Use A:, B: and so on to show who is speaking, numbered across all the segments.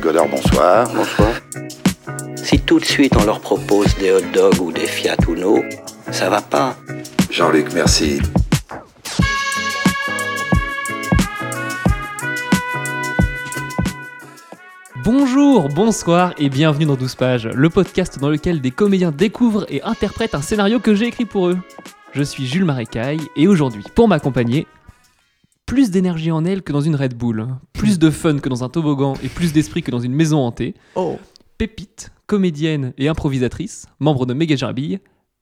A: Godard, bonsoir.
B: Bonsoir.
C: Si tout de suite on leur propose des hot dogs ou des Fiat Uno, ça va pas.
A: Jean-Luc, merci.
D: Bonjour, bonsoir et bienvenue dans 12 pages, le podcast dans lequel des comédiens découvrent et interprètent un scénario que j'ai écrit pour eux. Je suis Jules Marécaille et aujourd'hui, pour m'accompagner, plus d'énergie en elle que dans une Red Bull, plus de fun que dans un toboggan et plus d'esprit que dans une maison hantée.
E: Oh.
D: Pépite, comédienne et improvisatrice, membre de Méga Gerbille,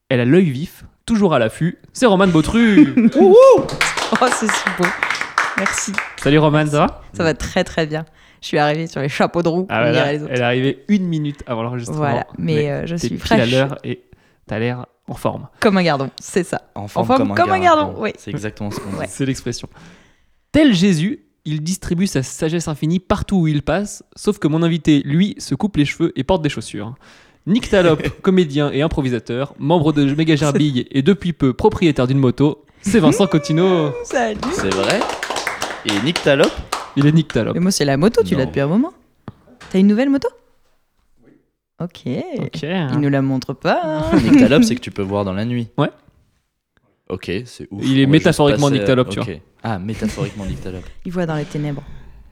D: elle a l'œil vif, toujours à l'affût, c'est Romane Bautru
E: Wouhou Oh, c'est si beau. Merci.
D: Salut Romane, ça va
E: Ça va très très bien. Je suis arrivée sur les chapeaux de roue.
D: Ah, voilà,
E: comme diraient les autres.
D: Elle est arrivée une minute avant l'enregistrement.
E: Voilà, mais, euh, je
D: t'es
E: suis
D: pile à
E: fraîche
D: l'heure et t'as l'air en forme.
E: comme un gardon, c'est ça.
B: En
E: forme comme un gardon, oui.
B: C'est exactement ce qu'on dit.
E: Ouais.
D: C'est l'expression. Tel Jésus, il distribue sa sagesse infinie partout où il passe, sauf que mon invité, lui, se coupe les cheveux et porte des chaussures. Nick Talop, comédien et improvisateur, membre de Méga Gerbille et depuis peu propriétaire d'une moto, c'est Vincent Cotino.
E: Salut.
B: C'est vrai. Et Nick Talop
D: Il est Nick Talop.
E: Mais moi, c'est la moto, tu l'as
B: Non.
E: depuis un moment. T'as une nouvelle moto Ok.
D: Ok.
E: Il nous la montre pas. hein.
B: Nick Talop, c'est que tu peux voir dans la nuit.
D: Ouais.
B: Ok, c'est ouf.
D: Il est
B: On va
D: métaphoriquement
B: juste passer
D: Nick Talop,
B: à-
D: tu
B: ok. Ah, métaphoriquement Nick Talop.
E: Il voit dans les ténèbres.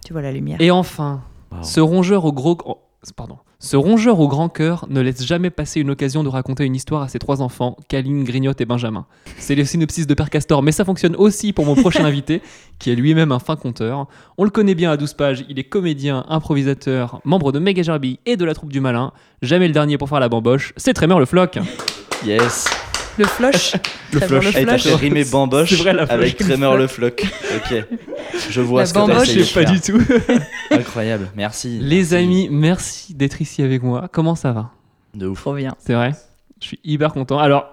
E: Tu vois la lumière.
D: Et enfin,
B: Wow.
D: ce rongeur au gros... oh, Pardon. Ce rongeur au grand cœur ne laisse jamais passer une occasion de raconter une histoire à ses trois enfants, Kaline, Grignotte et Benjamin. C'est le synopsis de Père Castor, mais ça fonctionne aussi pour mon prochain invité, qui est lui-même un fin conteur. On le connaît bien à 12 pages, il est comédien, improvisateur, membre de Méga Gerby et de la troupe du malin. Jamais le dernier pour faire la bamboche, c'est Trémeur le floc.
B: Yes.
E: Le floche.
D: Le
E: Trevor
D: floche.
E: Le
B: Et Eh, t'as
E: floch.
B: fait rimer bamboche
D: C'est vrai, la floch
B: avec
D: comme
B: Tremor le floc. Ok. Je vois
E: La
B: ce que t'as
E: bamboche.
B: essayé
D: Je
B: de
D: sais pas
B: faire.
D: du tout.
B: Incroyable. Merci.
D: Les
B: Merci.
D: amis, merci d'être ici avec moi. Comment ça va
B: De ouf.
E: Trop bien.
D: C'est vrai. Je suis hyper content. Alors,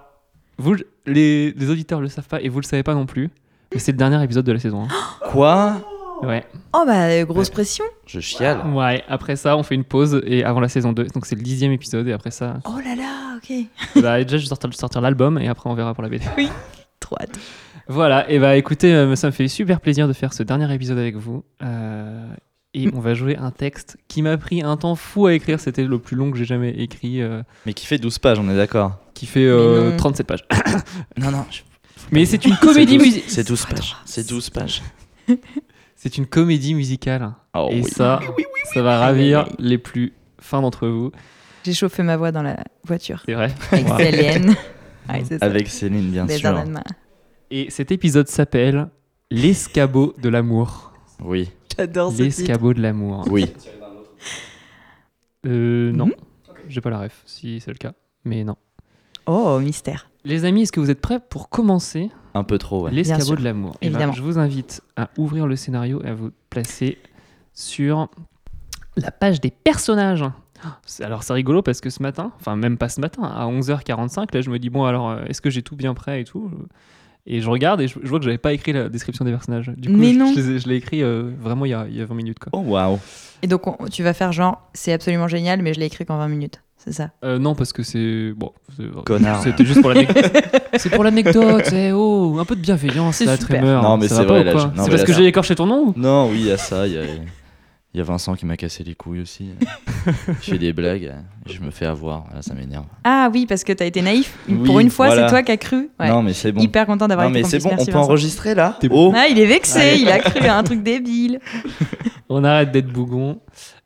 D: vous, les, les auditeurs le savent pas et vous le savez pas non plus, mais c'est le dernier épisode de la saison. hein.
B: Quoi
D: Ouais.
E: Oh bah euh, grosse pression.
B: Je
E: Ah.
B: chiale.
D: Ouais. Après ça, on fait une pause et avant la saison 2. Donc c'est le dixième épisode et après ça,
E: Oh là là, ok.
D: bah, déjà je vais sortir, sortir l'album et après on verra pour la BD.
E: Trop hâte.
D: Voilà. Et bah écoutez, euh, ça me fait super plaisir de faire ce dernier épisode avec vous. Euh, Et on va jouer un texte qui m'a pris un temps fou à écrire. C'était le plus long que j'ai jamais écrit, euh,
B: Mais qui fait 12 pages, on est d'accord.
D: qui fait euh,
E: Mais non.
D: 37 pages.
B: Non, non. je-
D: Mais c'est une comédie
B: douze-
D: musicale.
B: C'est 12 pages. C'est 12 pages.
D: C'est une comédie musicale.
B: Oh
D: Et
B: oui.
D: ça, ça va ravir les plus fins d'entre vous.
E: J'ai chauffé ma voix dans la voiture.
D: C'est vrai.
E: Avec
D: Wow.
E: Céline. Ouais, c'est ça.
B: Avec Céline, bien
E: Des
B: sûr.
E: Ardennes.
D: Et cet épisode s'appelle L'escabeau de l'amour.
B: Oui.
E: J'adore ce titre.
D: L'escabeau de l'amour.
B: Oui.
D: Euh, non.
E: Mhm.
D: J'ai pas la ref, si c'est le cas. Mais non.
E: Oh, mystère.
D: Les amis, est-ce que vous êtes prêts pour commencer
B: Un peu trop, ouais.
E: Bien
D: l'escabeau
E: sûr.
D: de l'amour Eh ben,
E: Évidemment.
D: Je vous invite à ouvrir le scénario et à vous placer sur la page des personnages. C'est- Alors c'est rigolo parce que ce matin, enfin même pas ce matin, à 11h45, là je me dis bon alors euh, est-ce que j'ai tout bien prêt et tout euh, Et je regarde et je, je vois que j'avais pas écrit la description des personnages. Du coup
E: Mais
D: je,
E: non.
D: je les ai- je l'ai écrit euh, vraiment il y, a, il y a 20 minutes quoi.
B: Oh waouh.
E: Et donc, on- tu vas faire genre, c'est absolument génial, mais je l'ai écrit qu'en 20 minutes. C'est ça.
D: Euh, non parce que c'est... Bon, c'est- euh,
B: Connard.
D: c'était juste pour l'anecdote. c'est pour l'anecdote, eh, oh, un peu de bienveillance,
E: C'est
D: là,
E: super.
D: Tremor.
B: Non, mais
D: Ça
B: c'est
D: va pas
B: vrai,
D: ou
B: là,
D: quoi
B: je- non,
D: C'est
B: mais
D: parce
B: là,
D: que
B: ça-
D: j'ai écorché ton nom ou
B: Non, oui, il y a ça. Il y a, il y a Vincent qui m'a cassé les couilles aussi. je fais des blagues. euh, Je me fais avoir. Voilà, ça m'énerve.
E: Ah oui, parce que t'as été naïf.
B: Oui,
E: Pour une fois, c'est
B: voilà.
E: toi qui as cru. Ouais.
B: Non, mais c'est bon.
E: Hyper content d'avoir
B: Non,
E: été
B: mais c'est
E: complice,
B: bon, on
E: merci,
B: peut
E: Vincent.
B: enregistrer là
D: T'es
B: Oh
E: Ah, il est vexé,
D: Allez.
E: il a cru à un truc débile.
D: On arrête d'être bougon.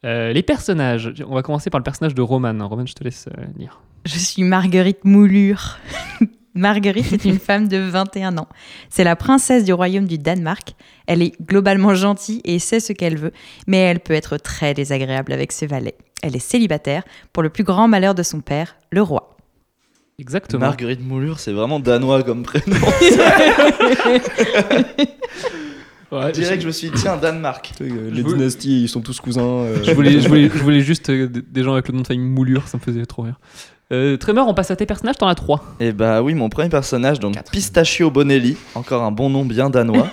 D: Euh, les personnages. On va commencer par le personnage de Roman. Roman, je te laisse euh, lire.
E: Je suis Marguerite Moulure. Marguerite est une femme de 21 ans. C'est la princesse du royaume du Danemark. Elle est globalement gentille et sait ce qu'elle veut, mais elle peut être très désagréable avec ses valets. Elle est célibataire pour le plus grand malheur de son père, le roi.
D: Exactement.
B: Marguerite Moulure, c'est vraiment danois comme prénom.
D: Ouais,
B: Je dirais que je me suis dit, tiens, Danemark.
D: Je
F: Les
D: voulais-
F: dynasties, ils sont tous cousins. euh,
D: je voulais, je voulais- je voulais juste euh, d- des gens avec le nom de famille Moulure, ça me faisait trop rire. Euh, Tremor, on passe à tes personnages, t'en as trois.
B: Et bah oui, mon premier personnage, donc Pistachio Bonelli, encore un bon nom bien danois.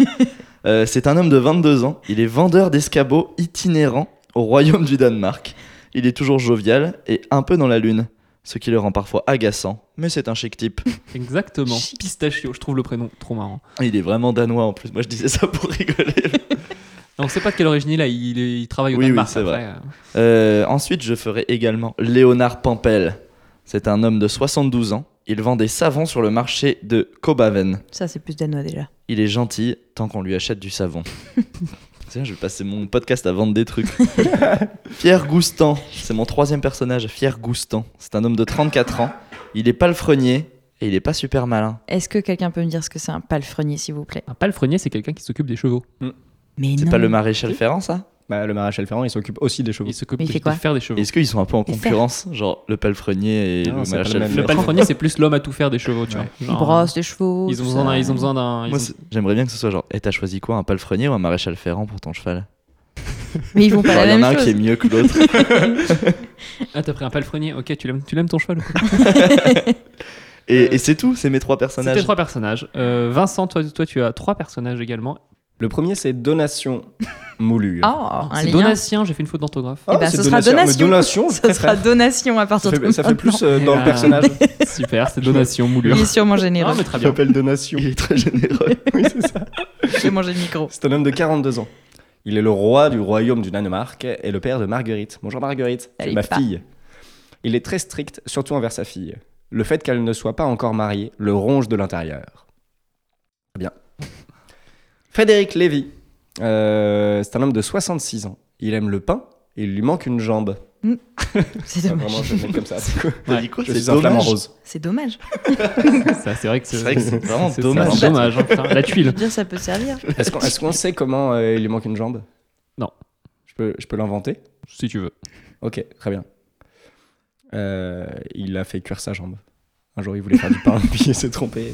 B: Euh, c'est un homme de 22 ans. Il est vendeur d'escabeaux itinérant au royaume du Danemark. Il est toujours jovial et un peu dans la lune, ce qui le rend parfois agaçant, mais c'est un chic type.
D: Exactement. Pistachio, je trouve le prénom trop marrant.
B: Il est vraiment danois en plus. Moi je disais ça pour rigoler.
D: On ne sait pas de quelle origine il a, il, il travaille au
B: Oui, oui,
D: Danemark.
B: c'est
D: après, euh.
B: Euh, ensuite, je ferai également Léonard Pampel. C'est un homme de 72 ans. Il vend des savons sur le marché de Kobaven.
E: Ça, c'est plus danois déjà.
B: Il est gentil tant qu'on lui achète du savon. Tiens, je vais passer mon podcast à vendre des trucs. Pierre Goustan, c'est mon troisième personnage, Pierre Goustan. C'est un homme de 34 ans. Il est palefrenier et il est pas super malin.
E: Est-ce que quelqu'un peut me dire ce que c'est un palefrenier, s'il vous plaît
D: Un palefrenier, c'est quelqu'un qui s'occupe des chevaux.
E: Mais
B: C'est
E: non.
B: pas le maréchal Ferrand, ça
F: Bah, le maréchal Ferrand, il s'occupe aussi des chevaux.
D: Il s'occupe
E: Mais il fait
D: de
E: quoi
D: faire des chevaux.
B: Est-ce qu'ils sont un peu en
E: Ferrand.
B: concurrence Genre le palefrenier et
F: Non,
B: le
F: c'est pas le
B: maréchal
F: même.
D: Le
B: Ferrand
D: palefrenier, c'est plus l'homme à tout faire des chevaux, tu
F: Ouais.
D: vois.
E: Une
D: Genre,
E: brosse de chevaux.
D: Ils ont
E: tout
D: besoin
E: ça.
D: d'un- ils ont besoin d'un. ils
B: Moi,
D: ont-
B: c'est- j'aimerais bien que ce soit genre, et t'as choisi quoi, un palefrenier ou un maréchal Ferrand pour ton cheval
E: Mais ils vont pas la
B: Genre, il y en
E: même
B: a un
E: chose.
B: qui est mieux que l'autre.
D: Ah, t'as pris un palefrenier, ok, tu l'aimes tu l'aimes ton cheval ou quoi
B: Et, et c'est tout, c'est mes trois
D: C'était
B: personnages.
D: trois personnages. Euh, Vincent, toi, toi, tu as trois personnages également.
F: Le premier, c'est Donation Moulure.
E: Oh, un
D: C'est
E: lien.
D: Donatien, j'ai fait une faute d'orthographe.
F: Ah,
E: Eh ben,
F: c'est
E: ce sera
F: Mais donation, je
E: Ça sera
F: préfère.
E: donation à
F: Ça
E: partir de
F: fait, ça fait
E: maintenant.
F: plus euh, dans
D: Ah.
F: le personnage.
D: Super, c'est Donation, moulure.
E: Il est sûrement
D: Ah,
E: généreux.
D: mais très bien.
F: J'appelle Donation.
B: Il est très généreux.
F: Oui, c'est ça.
E: J'ai mangé le micro.
F: C'est un homme de 42 ans. Il est le roi du royaume du Danemark et le père de Marguerite. Bonjour Marguerite, tu es
E: Salut,
F: ma
E: papa.
F: fille. Il est très strict, surtout envers sa fille. Le fait qu'elle ne soit pas encore mariée le ronge de l'intérieur. Très Bien. Frédéric Lévy. Euh, c'est un homme de 66 ans. Il aime le pain et il lui manque une jambe.
E: C'est
F: Ah,
E: dommage.
F: Vraiment, je le mets comme ça.
B: T'as
D: Ouais.
B: dit quoi
F: Je
B: c'est
F: suis un flamant
B: dommage.
F: rose.
E: C'est dommage.
D: Ça, C'est vrai que c'est
B: C'est vrai que c'est vraiment
D: c'est- c'est
B: dommage.
D: vraiment dommage, hein, putain, La
E: Je veux
D: tuile.
E: dire, ça peut servir.
F: Est-ce qu'on est-ce qu'on sait comment euh, il lui manque une jambe
D: Non.
F: Je peux, je peux l'inventer
D: Si tu veux.
F: Ok, très bien. Euh, il a fait cuire sa jambe. Un jour, il voulait faire du pain, puis il s'est trompé.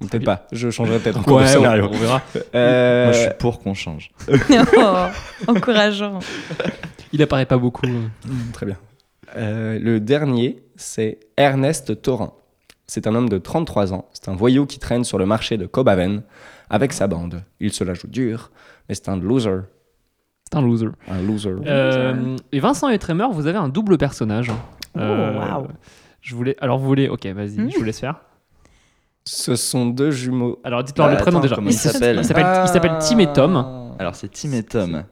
F: Ou Peut-être pas. Je changerai peut-être en cours de
D: Ouais,
F: scénario.
D: on verra.
F: Euh,
B: Moi, je suis pour qu'on change.
E: Oh, encourageant.
D: Il apparaît pas beaucoup. euh.
F: Très bien. Euh, le dernier, c'est Ernest Taurin. C'est un homme de 33 ans. C'est un voyou qui traîne sur le marché de Cobaven avec sa bande. Il se la joue dur, mais c'est un loser.
D: C'est un loser.
F: Un loser.
D: Euh, et Vincent et Tremor, vous avez un double personnage. Euh,
E: Oh, waouh.
D: Je voulais. Alors, vous voulez. Ok, vas-y,
E: Mm.
D: je vous laisse faire.
F: Ce sont deux jumeaux.
D: Alors, dites-leur
B: Ah,
D: le prénom
B: attends,
D: déjà.
B: comment ils s'appellent
D: Il s'appelle il s'appelle Tim et Tom.
F: Ah.
B: Alors, c'est Tim et Tom.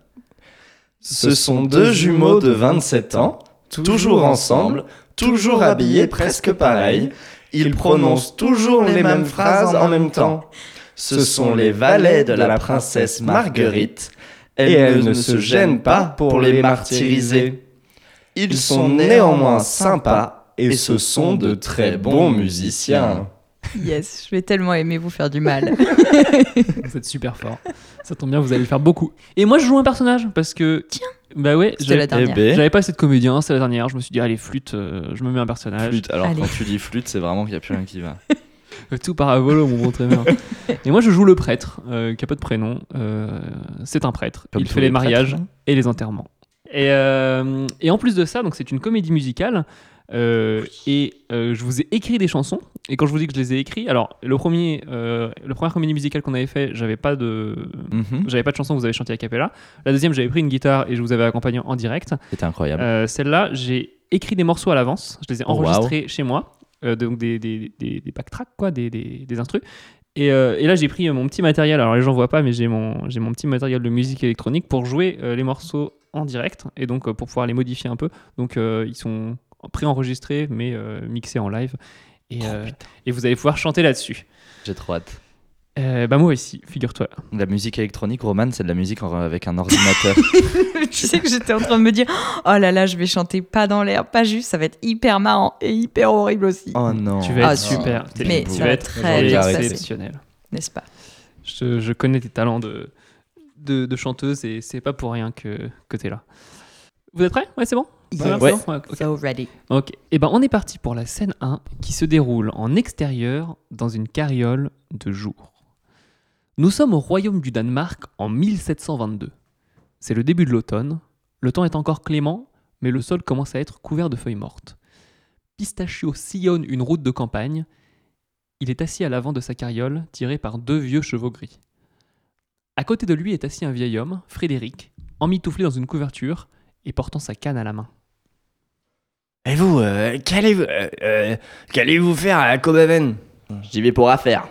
B: Ce sont deux jumeaux de 27 ans, toujours ensemble, toujours habillés presque pareil. Ils prononcent toujours les mêmes phrases en même temps. Ce sont les valets de la princesse Marguerite.
F: et elles ne se gênent pas pour les martyriser.
B: Ils sont néanmoins sympas et ce sont de très bons musiciens.
E: Yes, je vais tellement aimer vous faire du mal.
D: Vous êtes super fort. Ça tombe bien, vous allez le faire beaucoup. Et moi, je joue un personnage parce que.
E: Tiens.
D: Bah ouais,
E: C'était la
D: j'avais
E: dernière.
B: Eh ben,
D: j'avais pas assez de comédiens, c'est la dernière. Je me suis dit, allez, flûte, euh, je me mets un personnage.
B: flûte. Alors,
E: Allez.
B: quand tu dis flûte, c'est vraiment qu'il n'y a plus rien qui va.
D: Tout par à volo, mon bon Trevor. Et moi, je joue le prêtre, euh, qui a pas de prénom. Euh, c'est un prêtre.
B: Comme
D: Il
B: tous
D: fait les,
B: les prêtres,
D: mariages
B: hein.
D: et les enterrements. Et, euh, et en plus de ça, donc c'est une comédie musicale. euh, Et euh, je vous ai écrit des chansons. Et quand je vous dis que je les ai écrites, alors le premier, euh, le première comédie musicale qu'on avait fait, j'avais pas de,
B: Mhm.
D: j'avais pas de chanson, vous avez chanté a cappella. La deuxième, j'avais pris une guitare et je vous avais accompagné en direct.
B: C'était incroyable.
D: Euh, Celle-là, j'ai écrit des morceaux à l'avance. Je les ai
B: Ah Oh, waouh.
D: enregistrés chez moi, euh, donc des, des, des, des backtracks, quoi, des, des, des instrus. Et, euh, et là, j'ai pris euh, mon petit matériel. Alors, les gens voient pas, mais j'ai mon, j'ai mon petit matériel de musique électronique pour jouer euh, les morceaux en direct et donc euh, pour pouvoir les modifier un peu. Donc, euh, ils sont préenregistrés, mais euh, mixés en live.
B: Oh,
D: Et, euh, et vous allez pouvoir chanter là-dessus.
B: J'ai trop hâte.
D: Euh, bah, moi aussi, figure-toi.
B: La musique électronique, Roman, c'est de la musique en- avec un ordinateur.
E: tu sais que j'étais en train de me dire Oh là là, je vais chanter pas dans l'air, pas juste, ça va être hyper marrant et hyper horrible aussi.
B: oh non.
D: Tu vas être
E: Ah,
D: super.
E: si. Mais
D: tu
E: ça
D: vas
E: va
D: être
E: très bien se passer.
D: exceptionnel.
E: N'est-ce pas
D: Je, je connais tes talents de, de, de chanteuse et c'est pas pour rien que, que t'es là. Vous êtes prêts Ouais, c'est bon Ça marche,
B: Ouais.
D: c'est bon ok.
E: So ready.
D: Ok. Et ben, on est parti pour la scène 1 qui se déroule en extérieur dans une carriole de jour. Nous sommes au royaume du Danemark en 1722. C'est le début de l'automne. Le temps est encore clément, mais le sol commence à être couvert de feuilles mortes. Pistachio sillonne une route de campagne. Il est assis à l'avant de sa carriole, tiré par deux vieux chevaux gris. À côté de lui est assis un vieil homme, Frédéric, emmitouflé dans une couverture et portant sa canne à la main.
F: Et vous, euh, qu'allez-vous euh, euh, qu'allez-vous faire à Cobaven
B: J'y vais pour affaire.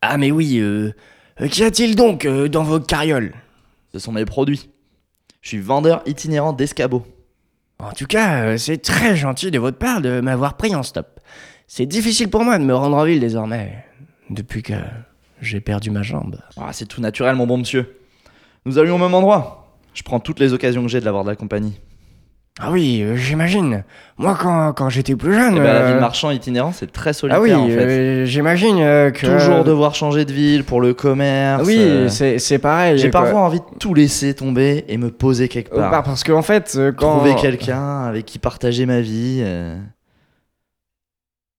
F: Ah mais oui, euh, Euh, Qu'y a-t-il donc euh, dans vos carrioles
B: Ce sont mes produits. Je suis vendeur itinérant d'escabeaux.
F: En tout cas, euh, c'est très gentil de votre part de m'avoir pris en stop. C'est difficile pour moi de me rendre en ville désormais, depuis que j'ai perdu ma jambe.
B: Ah, c'est tout naturel, mon bon monsieur. Nous allions au même endroit. Je prends toutes les occasions que j'ai de l'avoir de la compagnie.
F: Ah oui, euh, j'imagine. Moi, quand, quand j'étais plus
B: Eh
F: jeune...
B: ben, la vie
F: euh,
B: de marchand itinérant, c'est très solitaire
F: ah oui,
B: en fait.
F: euh, j'imagine euh, que... Ah
B: Toujours devoir changer de ville pour le commerce.
F: Oui,
B: euh,
F: c'est c'est pareil.
B: J'ai
F: quoi.
B: parfois envie de tout laisser tomber et me poser quelque
F: Au part,
B: part.
F: Parce qu'en fait, euh, quand...
B: Trouver quelqu'un avec qui partager ma vie. euh.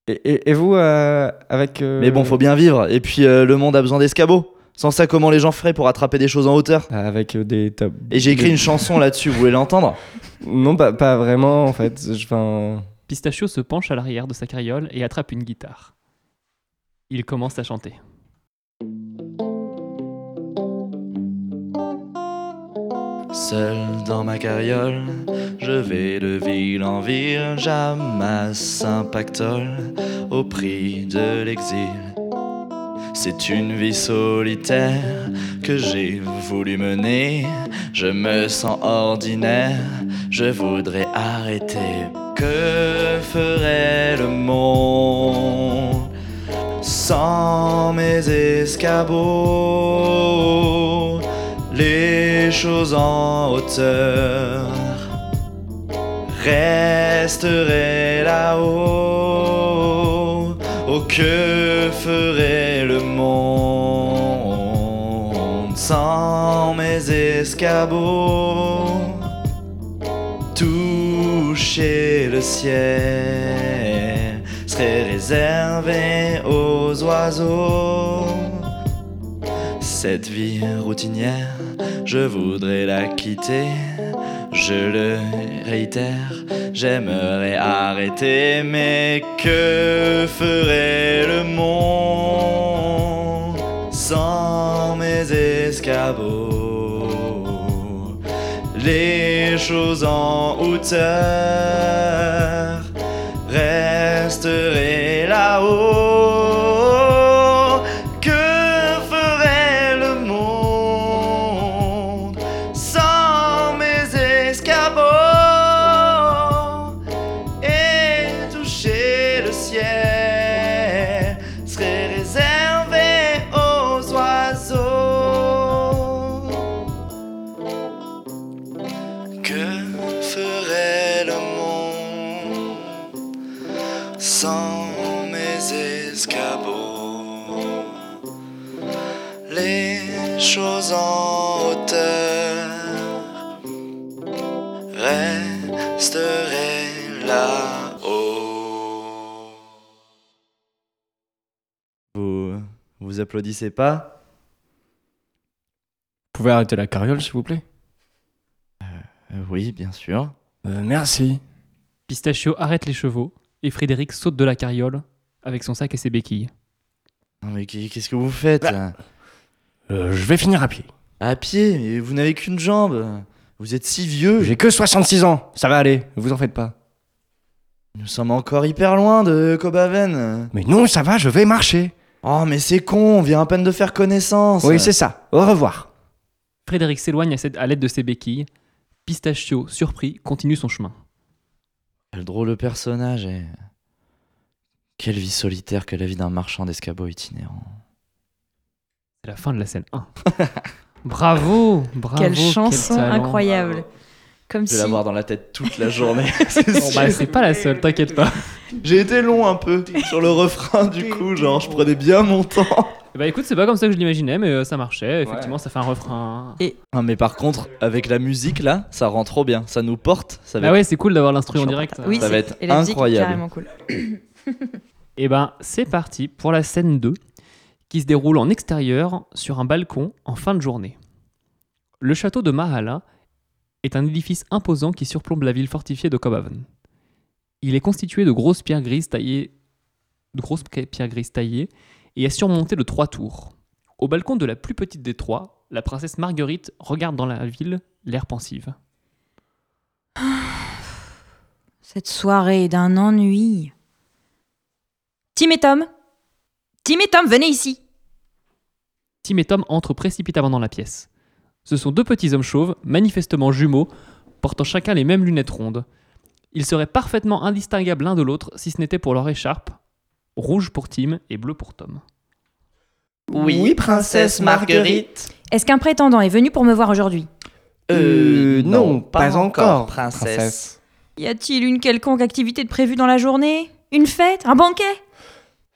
F: Et, et- et vous, euh, avec... euh,
B: Mais bon, faut bien vivre. Et puis, euh, le monde a besoin d'escabeaux. Sans ça, comment les gens feraient pour attraper des choses en hauteur
F: Avec euh, des top...
B: Et j'ai écrit une chanson là-dessus, vous voulez l'entendre
F: Non, pas, pas vraiment, en fait. Enfin...
D: Pistachio se penche à l'arrière de sa carriole et attrape une guitare. Il commence à chanter.
B: Seul dans ma carriole, je vais de ville en ville, j'amasse un pactole au prix de l'exil. C'est une vie solitaire que j'ai voulu mener, je me sens ordinaire, je voudrais arrêter. Que ferait le monde sans mes escabeaux les choses en hauteur resteraient là-haut. Oh, que ferait le monde sans mes escabeaux Toucher le ciel serait réservé aux oiseaux. Cette vie routinière, je voudrais la quitter. Je le réitère, j'aimerais arrêter, mais que ferait le monde sans mes escabeaux Les choses en hauteur resteraient là-haut. Que ferait le monde sans mes escabeaux Et toucher le ciel serait réservé aux oiseaux. Que ferait le monde sans mes escabeaux les choses en hauteur resteraient là-haut. Vous vous applaudissez pas
F: Vous pouvez arrêter la carriole, s'il vous plaît
B: Euh, Oui, bien sûr.
F: euh, Merci.
D: Pistachio arrête les chevaux et Frédéric saute de la carriole avec son sac et ses béquilles.
B: Non mais qu'est- qu'est-ce que vous faites
F: Euh, je vais finir à pied.
B: À pied, mais vous n'avez qu'une jambe. Vous êtes si vieux.
F: J'ai que 66 ans, ça va aller, vous en faites pas.
B: Nous sommes encore hyper loin de Cobaven.
F: Mais non, ça va, je vais marcher.
B: Oh mais c'est con, on vient à peine de faire connaissance.
F: Oui, c'est ça. Au revoir.
D: Frédéric s'éloigne à cette- à l'aide de ses béquilles. Pistachio, surpris, continue son chemin.
B: Quel drôle de personnage et. Quelle vie solitaire que la vie d'un marchand d'escabeaux itinérant.
D: C'est la fin de la scène 1. bravo, bravo.
E: Quelle
D: quel
E: chanson
D: talent.
E: incroyable. Comme
B: Je
E: si.
B: vais l'avoir dans la tête toute la journée.
D: Bon, bah, c'est pas la seule, t'inquiète pas.
B: J'ai été long un peu sur le refrain, du coup, genre je prenais bien mon temps.
D: Bah écoute, c'est pas comme ça que je l'imaginais, mais euh, ça marchait. Effectivement, ça fait un refrain.
B: Ah, mais par contre, avec la musique là, ça rend trop bien. Ça nous porte. Ça va
D: Bah
B: être-
D: ouais, c'est cool d'avoir l'instru en
B: Franchement,
D: direct.
E: Oui,
B: Ça va
E: c'est-
B: être
E: et la musique est
B: incroyable.
E: carrément cool.
D: Et ben, c'est parti pour la scène 2, qui se déroule en extérieur, sur un balcon, en fin de journée. Le château de Mahala est un édifice imposant qui surplombe la ville fortifiée de Cobhaven. Il est constitué de grosses pierres grises taillées, de grosses pi- pierres grises taillées et est surmonté de trois tours. Au balcon de la plus petite des trois, la princesse Marguerite regarde dans la ville, l'air pensive.
E: Cette soirée est d'un ennui. Tim et Tom Tim et Tom, venez ici
D: Tim et Tom entrent précipitamment dans la pièce. Ce sont deux petits hommes chauves, manifestement jumeaux, portant chacun les mêmes lunettes rondes. Ils seraient parfaitement indistinguables l'un de l'autre si ce n'était pour leur écharpe, rouge pour Tim et bleu pour Tom.
B: Oui, princesse Marguerite.
G: Est-ce qu'un prétendant est venu pour me voir aujourd'hui
B: Euh, non, pas, encore,
F: princesse.
B: princesse.
G: Y a-t-il une quelconque activité de prévue dans la journée Une fête Un banquet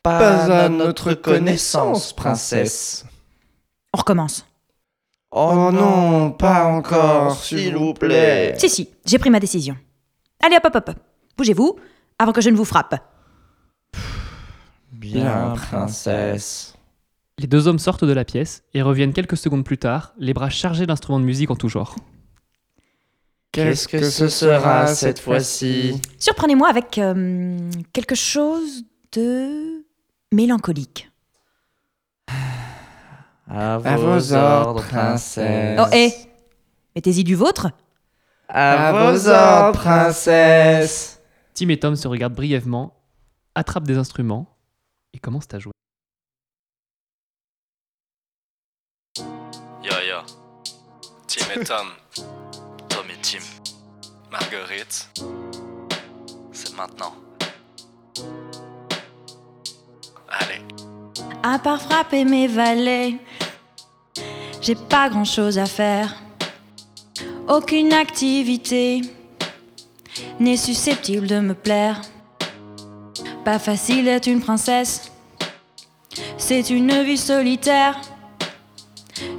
B: Pas à notre connaissance, princesse.
G: On recommence.
B: Oh non, pas encore, s'il vous plaît.
G: Si, si, j'ai pris ma décision. Allez, hop, hop, hop. Bougez-vous, avant que je ne vous frappe.
B: Bien, princesse.
D: Les deux hommes sortent de la pièce et reviennent quelques secondes plus tard, les bras chargés d'instruments de musique en tout genre.
B: Qu'est-ce que ce sera cette fois-ci
G: Surprenez-moi avec euh, quelque chose de mélancolique.
B: À
F: vos ordres, princesse.
G: Oh,
E: eh.
G: hé Mettez-y du vôtre
B: À vos ordres, princesse.
D: Tim et Tom se regardent brièvement, attrapent des instruments et commencent à jouer.
H: Yo yo. Tim et Tom. Tom et Tim. Marguerite. C'est maintenant. Allez.
G: À part frapper mes valets, j'ai pas grand chose à faire. Aucune activité n'est susceptible de me plaire. Pas facile d'être une princesse, c'est une vie solitaire.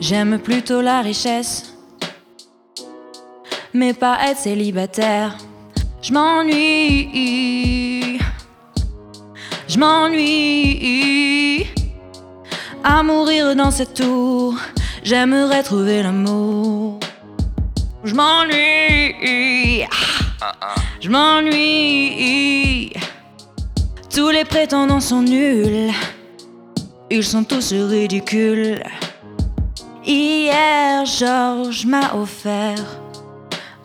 G: J'aime plutôt la richesse, mais pas être célibataire. Je m'ennuie, je m'ennuie à mourir dans cette tour. J'aimerais trouver l'amour. Je m'ennuie. Je m'ennuie. Tous les prétendants sont nuls. Ils sont tous ridicules. Hier, Georges m'a offert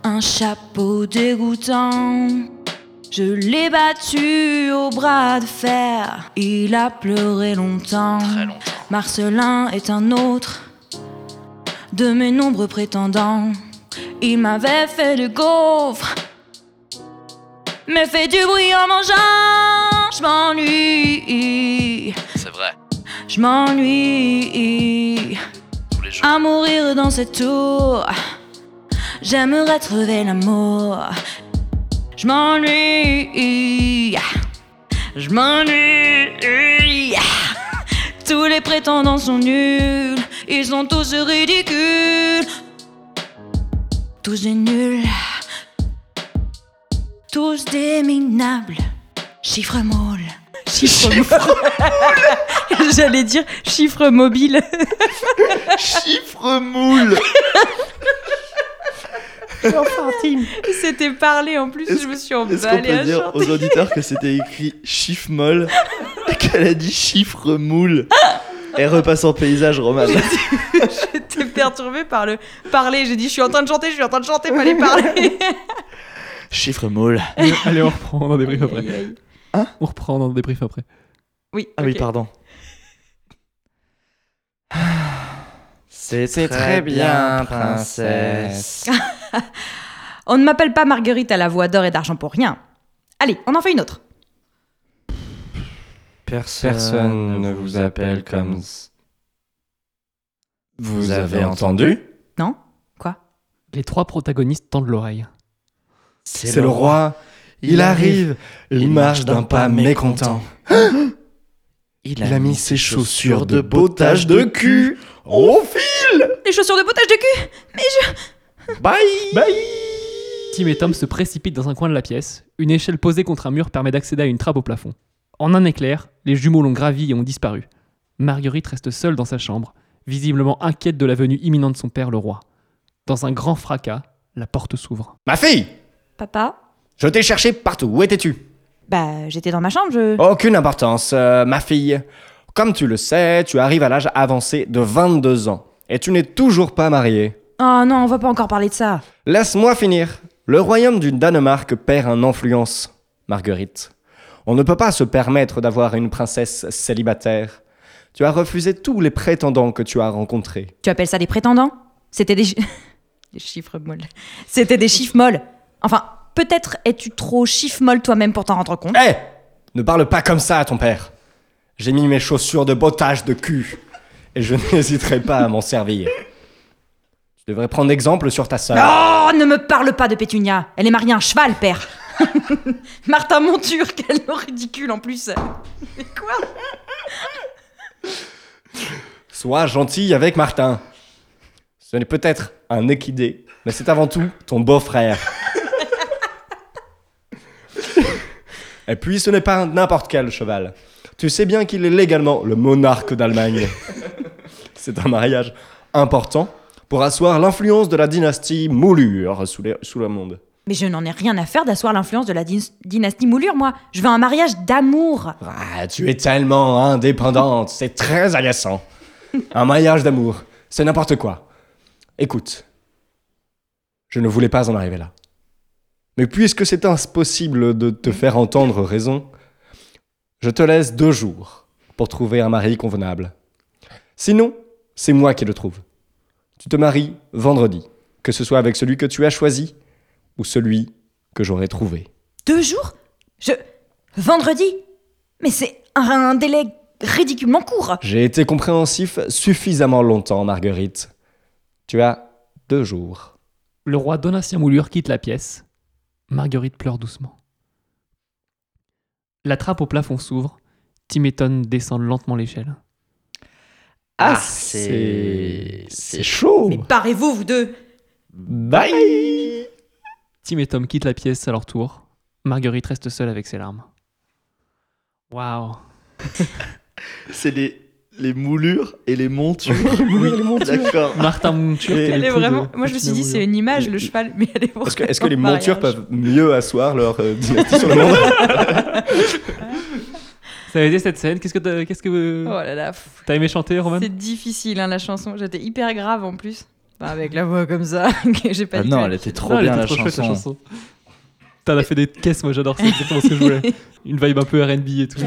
G: un chapeau dégoûtant. Je l'ai battu au bras de fer. Il a pleuré longtemps.
H: Très longtemps.
G: Marcelin est un autre de mes nombreux prétendants. Il m'avait fait du gaufre, mais fait du bruit en mangeant. Je m'ennuie,
H: C'est vrai.
G: je m'ennuie
H: Tous les jours.
G: à mourir dans cette tour. J'aimerais trouver l'amour. Je m'ennuie. Je m'ennuie. Tous les prétendants sont nuls. Ils sont tous ridicules. Tous des nuls. Tous des minables. Chiffre moule. Chiffre moule. J'allais dire chiffre mobile.
E: Chiffre moule
G: C'était parlé en plus,
E: Est-ce
G: je me suis
E: Est-ce qu'on
G: emballée
E: peut
G: à
E: dire
G: chanter.
E: aux auditeurs que c'était écrit chiffre molle et qu'elle a dit chiffre moule Et repasse en paysage, Roman.
G: J'étais perturbée par le parler. J'ai dit, je suis en train de chanter, je suis en train de chanter, fallait parler.
E: Chiffre moule.
D: Allez, on reprend, on en débrief
G: Aïe,
D: après. Hein
G: aïe, aïe.
D: On reprend, on en débrief après.
G: Oui,
E: Ah oui,
G: ok.
E: pardon.
B: C'est très bien, princesse.
G: On ne m'appelle pas Marguerite à la voix d'or et d'argent pour rien. Allez, on en fait une autre.
F: Personne ne vous appelle comme... Vous avez entendu
G: Non Quoi
D: Les trois protagonistes tendent l'oreille.
F: C'est le roi. Il arrive. Il marche d'un pas mécontent. Il a mis ses chaussures de bottage de cul. Oh,
E: Au fil
G: Les chaussures de potage de cul
E: Bye
D: Tim et Tom se précipitent dans un coin de la pièce. Une échelle posée contre un mur permet d'accéder à une trappe au plafond. En un éclair, les jumeaux l'ont gravi et ont disparu. Marguerite reste seule dans sa chambre, visiblement inquiète de la venue imminente de son père, le roi. Dans un grand fracas, la porte s'ouvre.
F: Ma fille
G: Papa
F: Je t'ai cherché partout. Où étais-tu
G: Bah, j'étais dans ma chambre, je.
F: Aucune importance, euh, ma fille. Comme tu le sais, tu arrives à l'âge avancé de 22 ans. Et tu n'es toujours pas mariée.
E: Ah
G: Oh non, on va pas encore parler de ça.
F: Laisse-moi finir. Le royaume du Danemark perd un influence, Marguerite. On ne peut pas se permettre d'avoir une princesse célibataire. Tu as refusé tous les prétendants que tu as rencontrés.
E: Tu appelles ça des prétendants C'était des... chi- des chiffres molles. C'était des chiffres molles. Enfin, peut-être es-tu trop chiffre molle toi-même pour t'en rendre compte.
F: Hé Eh! Ne parle pas comme ça à ton père. J'ai mis mes chaussures de bottage de cul et je n'hésiterai pas à m'en servir. Tu devrais prendre exemple sur ta sœur.
E: Oh, ne me parle pas de Pétunia. Elle est mariée à un cheval, père. Martin Monture, quel nom ridicule en plus. Mais quoi
F: Sois gentil avec Martin. Ce n'est peut-être un équidé, mais c'est avant tout ton beau-frère. Et puis ce n'est pas n'importe quel cheval. Tu sais bien qu'il est légalement le monarque d'Allemagne. C'est un mariage important pour asseoir l'influence de la dynastie Moulure sous, les- sous le monde.
E: Mais je n'en ai rien à faire d'asseoir l'influence de la dyn- dynastie Moulure, moi. Je veux un mariage d'amour.
F: Ah, tu es tellement indépendante, c'est très agaçant. Un mariage d'amour, c'est n'importe quoi. Écoute, je ne voulais pas en arriver là. Mais puisque c'est impossible de te faire entendre raison, je te laisse deux jours pour trouver un mari convenable. Sinon, c'est moi qui le trouve. Tu te maries vendredi, que ce soit avec celui que tu as choisi ou celui que j'aurai trouvé.
E: Deux jours Je. Vendredi Mais c'est un, un délai ridiculement court.
F: J'ai été compréhensif suffisamment longtemps, Marguerite. Tu as deux jours.
D: Le roi Donatien Moulure quitte la pièce. Marguerite pleure doucement. La trappe au plafond s'ouvre. Timéton descend lentement l'échelle.
F: Ah,
I: c'est-
F: C'est chaud
E: Mais parez-vous, vous deux
F: Bye
D: Tim et Tom quittent la pièce à leur tour. Marguerite reste seule avec ses larmes. Waouh.
B: C'est les, les moulures et les montures. oui, d'accord.
D: Martin Monture, qui est le
E: Elle est
D: pou de
E: vraiment. Moi, je me suis
D: Pétunia
E: dit, c'est
D: Moulure.
E: une image, le cheval, mais elle est vraiment.
F: Est-ce que, est-ce que les
E: en mariage.
F: montures peuvent mieux asseoir leur euh, dynastie sur le monde
D: Ça a été cette scène. Qu'est-ce que t'as qu'est-ce que
E: Oh là là, pff,
D: t'as aimé chanter, Roman
E: c'est difficile, hein, la chanson. J'étais hyper grave en plus. Enfin, avec la voix comme ça, que j'ai pas
B: Ah
E: du
B: non,
E: tout
B: elle était
E: l'habitude.
B: trop
D: Non, elle
B: bien
D: était
B: la,
D: trop chouette,
B: chanson.
D: la chanson. T'en as fait des caisses, moi j'adore, c'est exactement ce que je voulais. Une vibe un peu RB et tout.
E: Que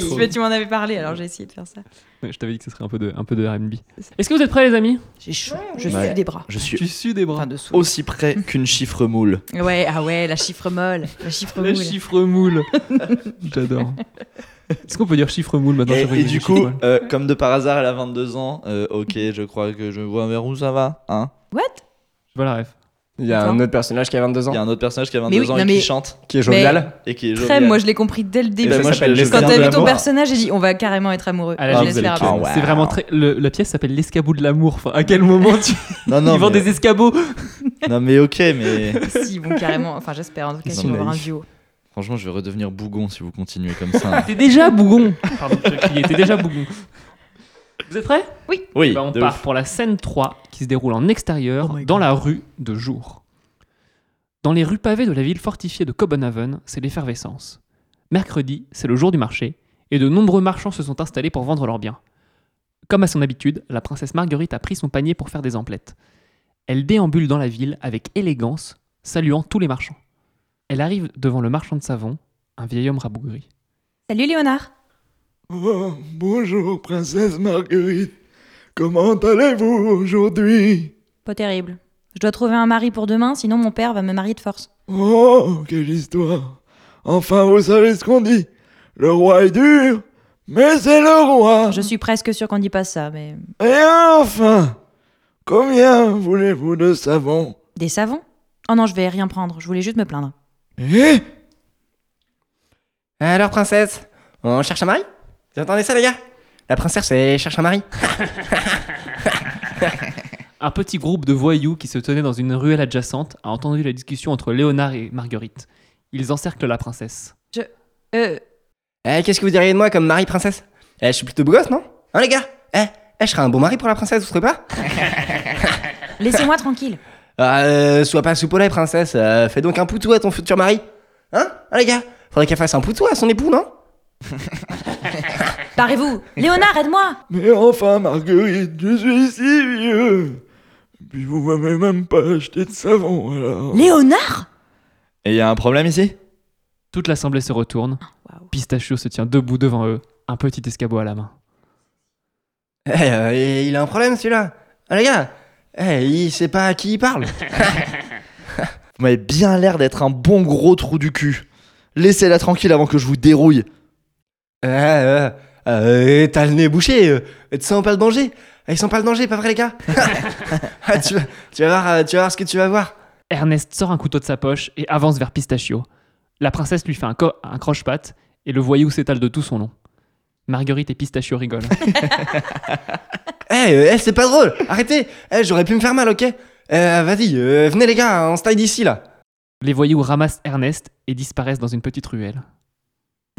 D: trop.
E: tu, mais tu m'en avais parlé, alors j'ai essayé de faire ça.
D: Ouais, Je t'avais dit que ce serait un peu de, un peu de RB. Est-ce que vous êtes prêts, les amis
E: J'ai chaud, je
B: Ouais.
E: suis des bras.
B: Je suis
D: Tu sues des bras.
E: Enfin, de sous.
B: aussi près qu'une chiffre moule.
E: Ouais, ah ouais, la chiffre molle. La chiffre
D: Le
E: molle.
D: chiffre moule. J'adore. Est-ce qu'on peut dire chiffre moule maintenant
B: Et,
D: chaque fois
B: et
D: qu'il y a une
B: du coup,
D: chiffre moule
B: euh, comme de par hasard, elle a 22 ans. euh, ok, je crois que je vois vers où ça va. Hein
E: What
D: Voilà, bref.
F: Il y a
E: Attends.
F: un autre personnage qui a 22
B: Il y a
F: ans,
B: un autre personnage qui a 22
E: Mais oui,
B: ans
E: non,
B: et
E: mais-
B: qui chante
F: qui est jovial.
B: et qui est
E: Très,
B: jovial.
E: moi je l'ai compris dès le
B: Et
E: début.
B: ben,
F: ça
B: moi, je-
F: s'appelle
B: je-
F: Les
E: Quand t'as vu
F: l'amour.
E: ton personnage, j'ai dit on va carrément être amoureux.
D: Ah, la
E: je
D: vie,
E: laisse
F: vous allez
E: faire
F: kiffer.
E: avant.
B: Ah, Wow.
D: C'est vraiment très. le- la pièce s'appelle l'escabeau de l'amour. Enfin, à quel moment tu.
B: Non,
D: Ils
B: non,
D: vendent
B: mais,
D: des escabeaux
B: non, mais ok, mais
E: Si, ils vont carrément. Enfin, j'espère en tout cas
B: Ils
E: qu'ils
B: sont
E: vont avoir un
B: naïfs.
E: duo.
B: franchement, je vais redevenir bougon si vous continuez comme ça.
D: T'es déjà bougon Pardon, je criais, t'es déjà bougon. Vous êtes prêts
B: oui,
D: Eh
F: bah,
D: ben, On
B: de
D: part
B: ouf.
D: pour la scène 3 qui se déroule en extérieur,
E: Oh my
D: dans
E: God.
D: la rue de jour. Dans les rues pavées de la ville fortifiée de Copenhagen, c'est l'effervescence. Mercredi, c'est le jour du marché, et de nombreux marchands se sont installés pour vendre leurs biens. Comme à son habitude, la princesse Marguerite a pris son panier pour faire des emplettes. Elle déambule dans la ville avec élégance, saluant tous les marchands. Elle arrive devant le marchand de savon, un vieil homme rabougri.
E: Salut Léonard.
I: bonjour, princesse Marguerite. Comment allez-vous aujourd'hui
E: Pas terrible. Je dois trouver un mari pour demain, sinon mon père va me marier de force.
I: Oh, quelle histoire Enfin, vous savez ce qu'on dit. Le roi est dur, mais c'est le roi.
E: Je suis presque sûr qu'on dit pas ça, mais.
I: Et enfin, combien voulez-vous de savon
E: Des savons Oh non, je vais rien prendre, je voulais juste me plaindre.
I: Eh
F: Eh Alors, princesse, on cherche un mari Vous entendez ça, les gars La princesse, elle cherche un mari.
D: Un petit groupe de voyous qui se tenaient dans une ruelle adjacente a entendu la discussion entre Léonard et Marguerite. Ils encerclent la princesse.
E: Euh,
F: Eh, qu'est-ce que vous diriez de moi comme mari, princesse Eh, je suis plutôt beau gosse, non Hein, les gars Eh, eh, je serais un beau mari pour la princesse, vous trouvez pas
E: laissez-moi tranquille.
F: Euh, sois pas sous poulet, princesse. Euh, fais donc un poutou à ton futur mari. Hein Hein, les gars Faudrait qu'elle fasse un poutou à son époux, non
E: Parez-vous Léonard, aide-moi
I: Mais enfin, Marguerite, je suis si vieux. Puis vous m'avez même pas acheté de savon, alors.
E: Léonard
B: Et il y a un problème ici
D: Toute l'assemblée se retourne.
E: Waouh.
D: Pistachio se tient debout devant eux, un petit escabeau à la main.
F: Eh, euh, et il a un problème celui-là Ah les gars Eh, il sait pas à qui il parle
B: Vous m'avez bien l'air d'être un bon gros trou du cul. Laissez-la tranquille avant que je vous dérouille.
F: Eh, euh, euh, T'as le nez bouché euh, Tu sens pas le danger Eh, Il sent pas le danger, pas vrai les gars Ah, tu, vas, tu, vas voir, euh, tu vas voir ce que tu vas voir
D: Ernest sort un couteau de sa poche et avance vers Pistachio. La princesse lui fait un, co- un croche-patte et le voyou s'étale de tout son long. Marguerite et Pistachio rigolent.
F: Eh, euh, eh, c'est pas drôle Arrêtez Eh, j'aurais pu me faire mal, ok Eh, Vas-y, euh, venez les gars, on se taille d'ici là
D: Les voyous ramassent Ernest et disparaissent dans une petite ruelle.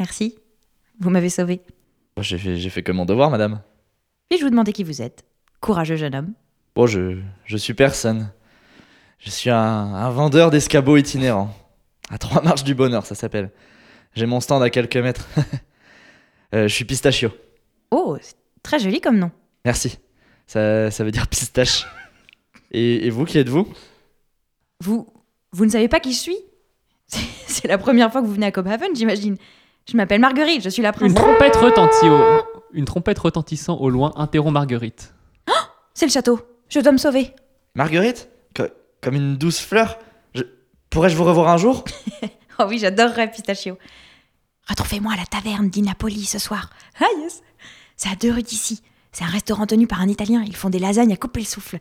E: Merci. Vous m'avez sauvé.
B: Bon, J'ai fait, j'ai fait que mon devoir, madame.
E: Puis je vous demandais qui vous êtes. Courageux jeune homme.
B: Bon, je, je suis personne. Je suis un, un vendeur d'escabeaux itinérant. À trois marches du bonheur, ça s'appelle. J'ai mon stand à quelques mètres. Euh, je suis pistachio.
E: Oh, c'est très joli comme nom.
B: Merci. Ça, ça veut dire pistache. Et, et vous, qui êtes-vous
E: Vous, vous ne savez pas qui je suis C'est- C'est la première fois que vous venez à Copenhagen, j'imagine. Je m'appelle Marguerite, je suis la
D: Une
E: princesse.
D: trompette retentit au- Une trompette retentissant au loin interrompt Marguerite.
E: C'est le château. Je dois me sauver.
B: Marguerite Co- Comme une douce fleur Je- Pourrais-je vous revoir un jour
E: Oh oui, j'adorerais Pistachio. Retrouvez-moi à la taverne d'Inapoli ce soir. Ah yes C'est à deux rues d'ici. C'est un restaurant tenu par un Italien. Ils font des lasagnes à couper le souffle.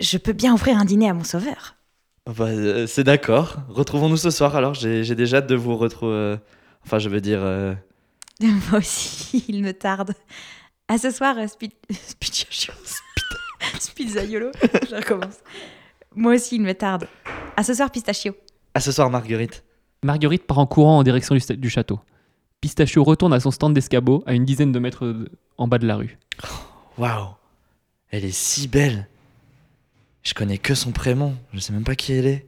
E: Je peux bien offrir un dîner à mon sauveur.
B: Oh bah, euh, C'est d'accord. Retrouvons-nous ce soir alors. J'ai j'ai déjà hâte de vous retrouver. euh, Enfin, je veux dire. euh,
E: Moi aussi, il me tarde. À ce soir, euh, Speed... Speed... Spizzaiolo. Je recommence. Moi aussi, il me tarde. À ce soir, Pistachio.
B: À ce soir, Marguerite.
D: Marguerite part en courant en direction du, sta- du château. Pistachio retourne à son stand d'escabeau à une dizaine de mètres de- en bas de la rue.
B: Waouh Elle est si belle Je connais que son prénom. Je sais même pas qui elle est.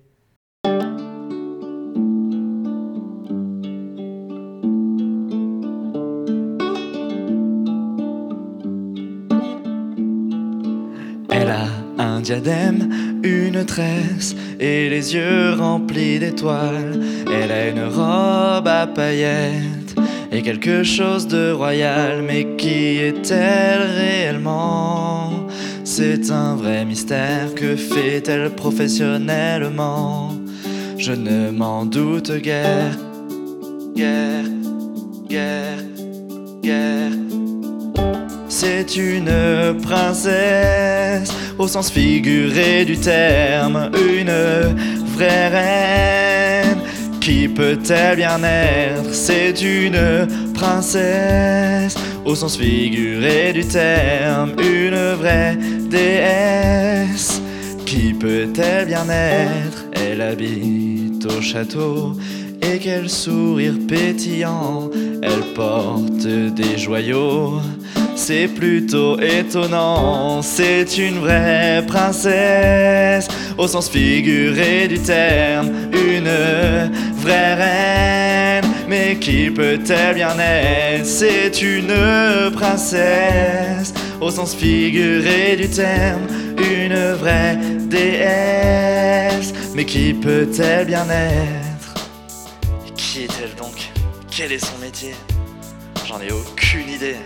B: Elle a un diadème, une tresse et les yeux remplis d'étoiles. Elle a une robe à paillettes et quelque chose de royal. Mais qui est-elle réellement C'est un vrai mystère. Que fait-elle professionnellement Je ne m'en doute guère. Guerre, guerre, guerre. C'est une princesse au sens figuré du terme, une vraie reine. Qui peut-elle bien être C'est une princesse au sens figuré du terme, une vraie déesse. Qui peut-elle bien être Elle habite au château et quel sourire pétillant. Elle porte des joyaux, c'est plutôt étonnant. C'est une vraie princesse au sens figuré du terme, une vraie reine. Mais qui peut-elle bien être C'est une princesse au sens figuré du terme, une vraie déesse. Mais qui peut-elle bien être Qui est-elle donc Quel est son métier J'en ai aucune idée.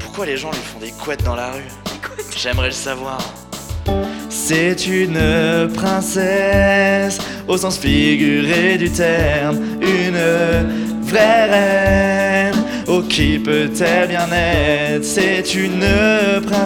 B: Pourquoi les gens lui font des couettes dans la rue J'aimerais le savoir. C'est une princesse au sens figuré du terme, une vraie reine. Oh, qui peut-elle bien être C'est une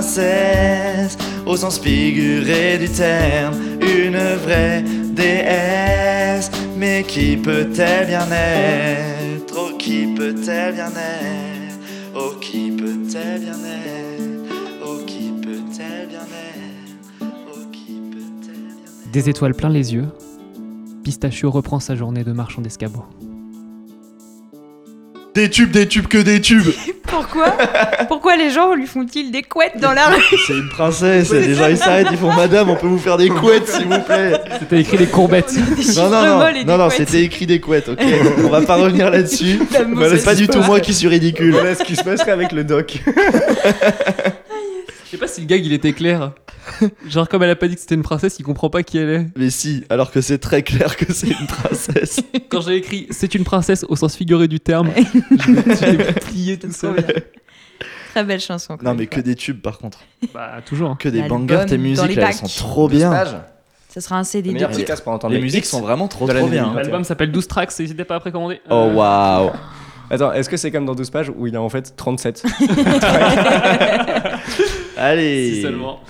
B: princesse au sens figuré du terme, une vraie déesse. Mais qui peut-elle bien être Oh, qui peut-elle bien être Oh, qui peut-elle bien être Oh, qui peut-elle bien être Oh, qui peut-elle bien être
D: Des étoiles plein les yeux, Pistachio reprend sa journée de marchand d'escabeau.
B: Des tubes, des tubes, que des tubes
E: Pourquoi Pourquoi les gens lui font-ils des couettes dans la rue
B: C'est une princesse, les gens ils s'arrêtent, ils font Madame, on peut vous faire des couettes s'il vous plaît
D: C'était écrit les courbettes.
E: Des
B: Non,
E: chiffres
B: non, non,
E: molles et des
B: non, non,
E: couettes.
B: c'était écrit des couettes, ok On va pas revenir là-dessus,
E: Tellement
B: c'est pas du tout
E: satisfaisant.
B: moi qui suis ridicule.
F: Voilà ce qui se passerait avec le doc
D: Je sais pas si le gag il était clair. Genre comme elle a pas dit que c'était une princesse, il comprend pas qui elle est.
B: Mais si, alors que c'est très clair que c'est une princesse.
D: Quand j'ai écrit c'est une princesse au sens figuré du terme, je me- je l'ai plié tout seul.
E: Très belle chanson. encore
B: Non,
E: une
B: mais
E: fois.
B: que des tubes par contre.
D: Bah, toujours.
B: Que des
E: L'album
B: bangers, tes
E: dans
B: musiques,
E: les
B: là, elles
E: packs.
B: sont trop
F: Douze
B: bien.
F: pages.
E: Ce sera un
F: Le
E: CD de
F: meilleur
E: titres.
F: podcast pour entendre
B: Les
F: les
B: musiques
F: hits.
B: sont vraiment trop
F: de
B: trop
F: l'année
B: bien.
F: 2020.
D: L'album s'appelle 12 tracks, n'hésitez pas à précommander.
B: Oh waouh.
F: Attends, est-ce que c'est comme dans 12 pages où il y a en fait 37
B: Allez.
D: Si seulement.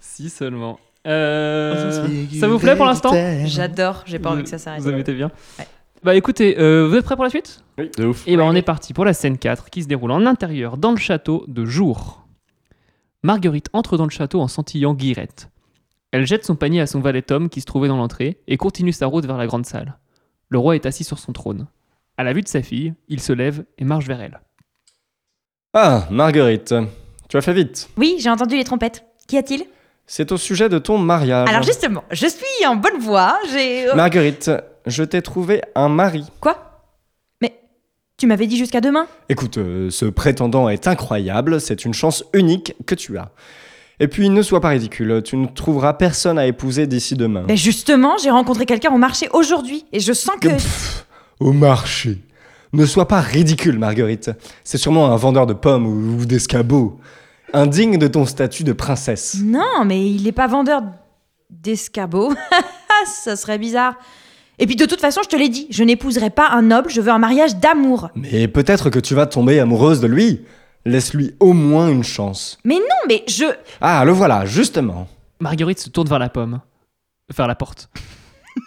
D: Si seulement.
B: Oh,
D: Euh, ça vous plaît pour l'instant
E: J'adore, j'ai pas envie que ça s'arrête.
D: Vous avez été bien.
E: Ouais.
D: Bah écoutez, euh, vous êtes prêts pour la suite
B: De ouf.
D: Et ben on est parti pour la scène 4 qui se déroule en intérieur dans le château de jour. Marguerite entre dans le château en sentillant Guirette. Elle jette son panier à son valet Tom qui se trouvait dans l'entrée et continue sa route vers la grande salle. Le roi est assis sur son trône. À la vue de sa fille, il se lève et marche vers elle.
F: Ah, Marguerite, tu as fait vite.
E: Oui, j'ai entendu les trompettes. Qu'y a-t-il
F: C'est au sujet de ton
D: Ah,
F: mariage.
E: Alors justement, je suis en bonne voie, j'ai... oh,
F: Marguerite, je t'ai trouvé un mari.
E: Quoi Mais tu m'avais dit jusqu'à demain
F: Écoute, euh, ce prétendant est incroyable, c'est une chance unique que tu as. Et puis ne sois pas ridicule, tu ne trouveras personne à épouser d'ici demain.
E: Mais justement, j'ai rencontré quelqu'un au marché aujourd'hui et je sens que...
F: Pff, au marché. Ne sois pas ridicule, Marguerite. C'est sûrement un vendeur de pommes ou, ou d'escabeaux. Indigne de ton statut de princesse.
E: Non, mais il n'est pas vendeur d'escabeaux. ça serait bizarre. Et puis de toute façon, je te l'ai dit, je n'épouserai pas un noble, je veux un mariage d'amour.
F: Mais peut-être que tu vas tomber amoureuse de lui. Laisse-lui au moins une chance.
E: Non, mais je...
F: Ah, le voilà, justement.
D: Marguerite se tourne vers la pomme. Vers la porte.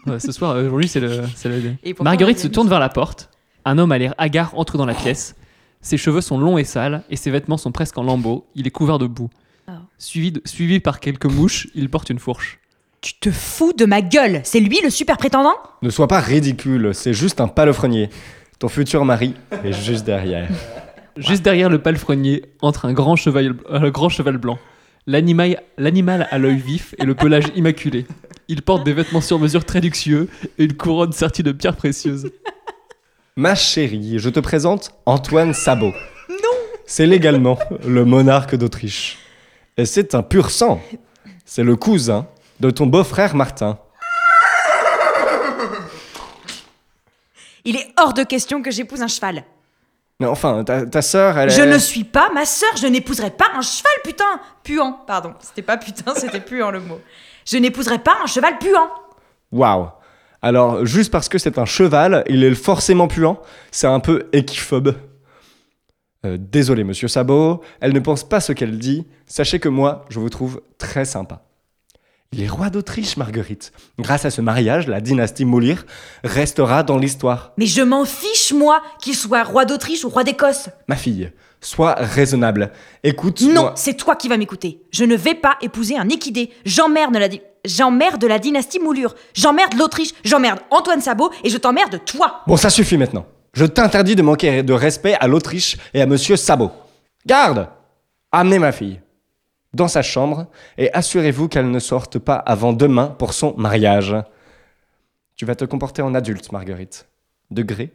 D: Ouais, ce soir, euh, aujourd'hui, c'est le, c'est le- Marguerite se tourne vers la porte. Un homme à l'air hagard entre dans la pièce. Ses cheveux sont longs et sales et ses vêtements sont presque en lambeaux. Il est couvert de boue.
E: Oh.
D: Suivi, de- suivi par quelques mouches, il porte une fourche.
E: Tu te fous de ma gueule C'est lui le super prétendant
F: Ne sois pas ridicule, c'est juste un palefrenier. Ton futur mari est juste derrière.
D: Juste derrière le palefrenier entre un grand cheval, un grand cheval blanc. L'animal l'animal à l'œil vif et le pelage immaculé. Il porte des vêtements sur mesure très luxueux et une couronne sertie de pierres précieuses.
F: Ma chérie, je te présente Antoine Sabot. Non C'est légalement le monarque d'Autriche. Et c'est un pur sang. C'est le cousin de ton beau-frère Martin.
E: Il est hors de question que j'épouse un cheval.
F: Mais enfin, ta, ta sœur, elle
E: Je
F: est...
E: ne suis pas ma sœur, je n'épouserai pas un cheval putain Puant, pardon. C'était pas putain, c'était puant le mot. Je n'épouserai pas un cheval puant.
F: Waouh Alors, juste parce que c'est un cheval, il est forcément puant, c'est un peu équiphobe. Euh, désolé, monsieur Sabot, elle ne pense pas ce qu'elle dit. Sachez que moi, je vous trouve très sympa. Il est roi d'Autriche, Marguerite. Grâce à ce mariage, la dynastie Moulir restera dans l'histoire.
E: Mais je m'en fiche, moi, qu'il soit roi d'Autriche ou roi d'Écosse.
F: Ma fille, sois raisonnable. Écoute.
E: Non,
F: moi-
E: c'est toi qui vas m'écouter. Je ne vais pas épouser un équidé. J'emmerde la, di- j'emmerde la dynastie Moulure. J'emmerde l'Autriche. J'emmerde Antoine Sabot et je t'emmerde toi.
F: Bon, ça suffit maintenant. Je t'interdis de manquer de respect à l'Autriche et à Monsieur Sabot. Garde Amenez ma fille dans sa chambre et assurez-vous qu'elle ne sorte pas avant demain pour son mariage. Tu vas te comporter en adulte, Marguerite. De gré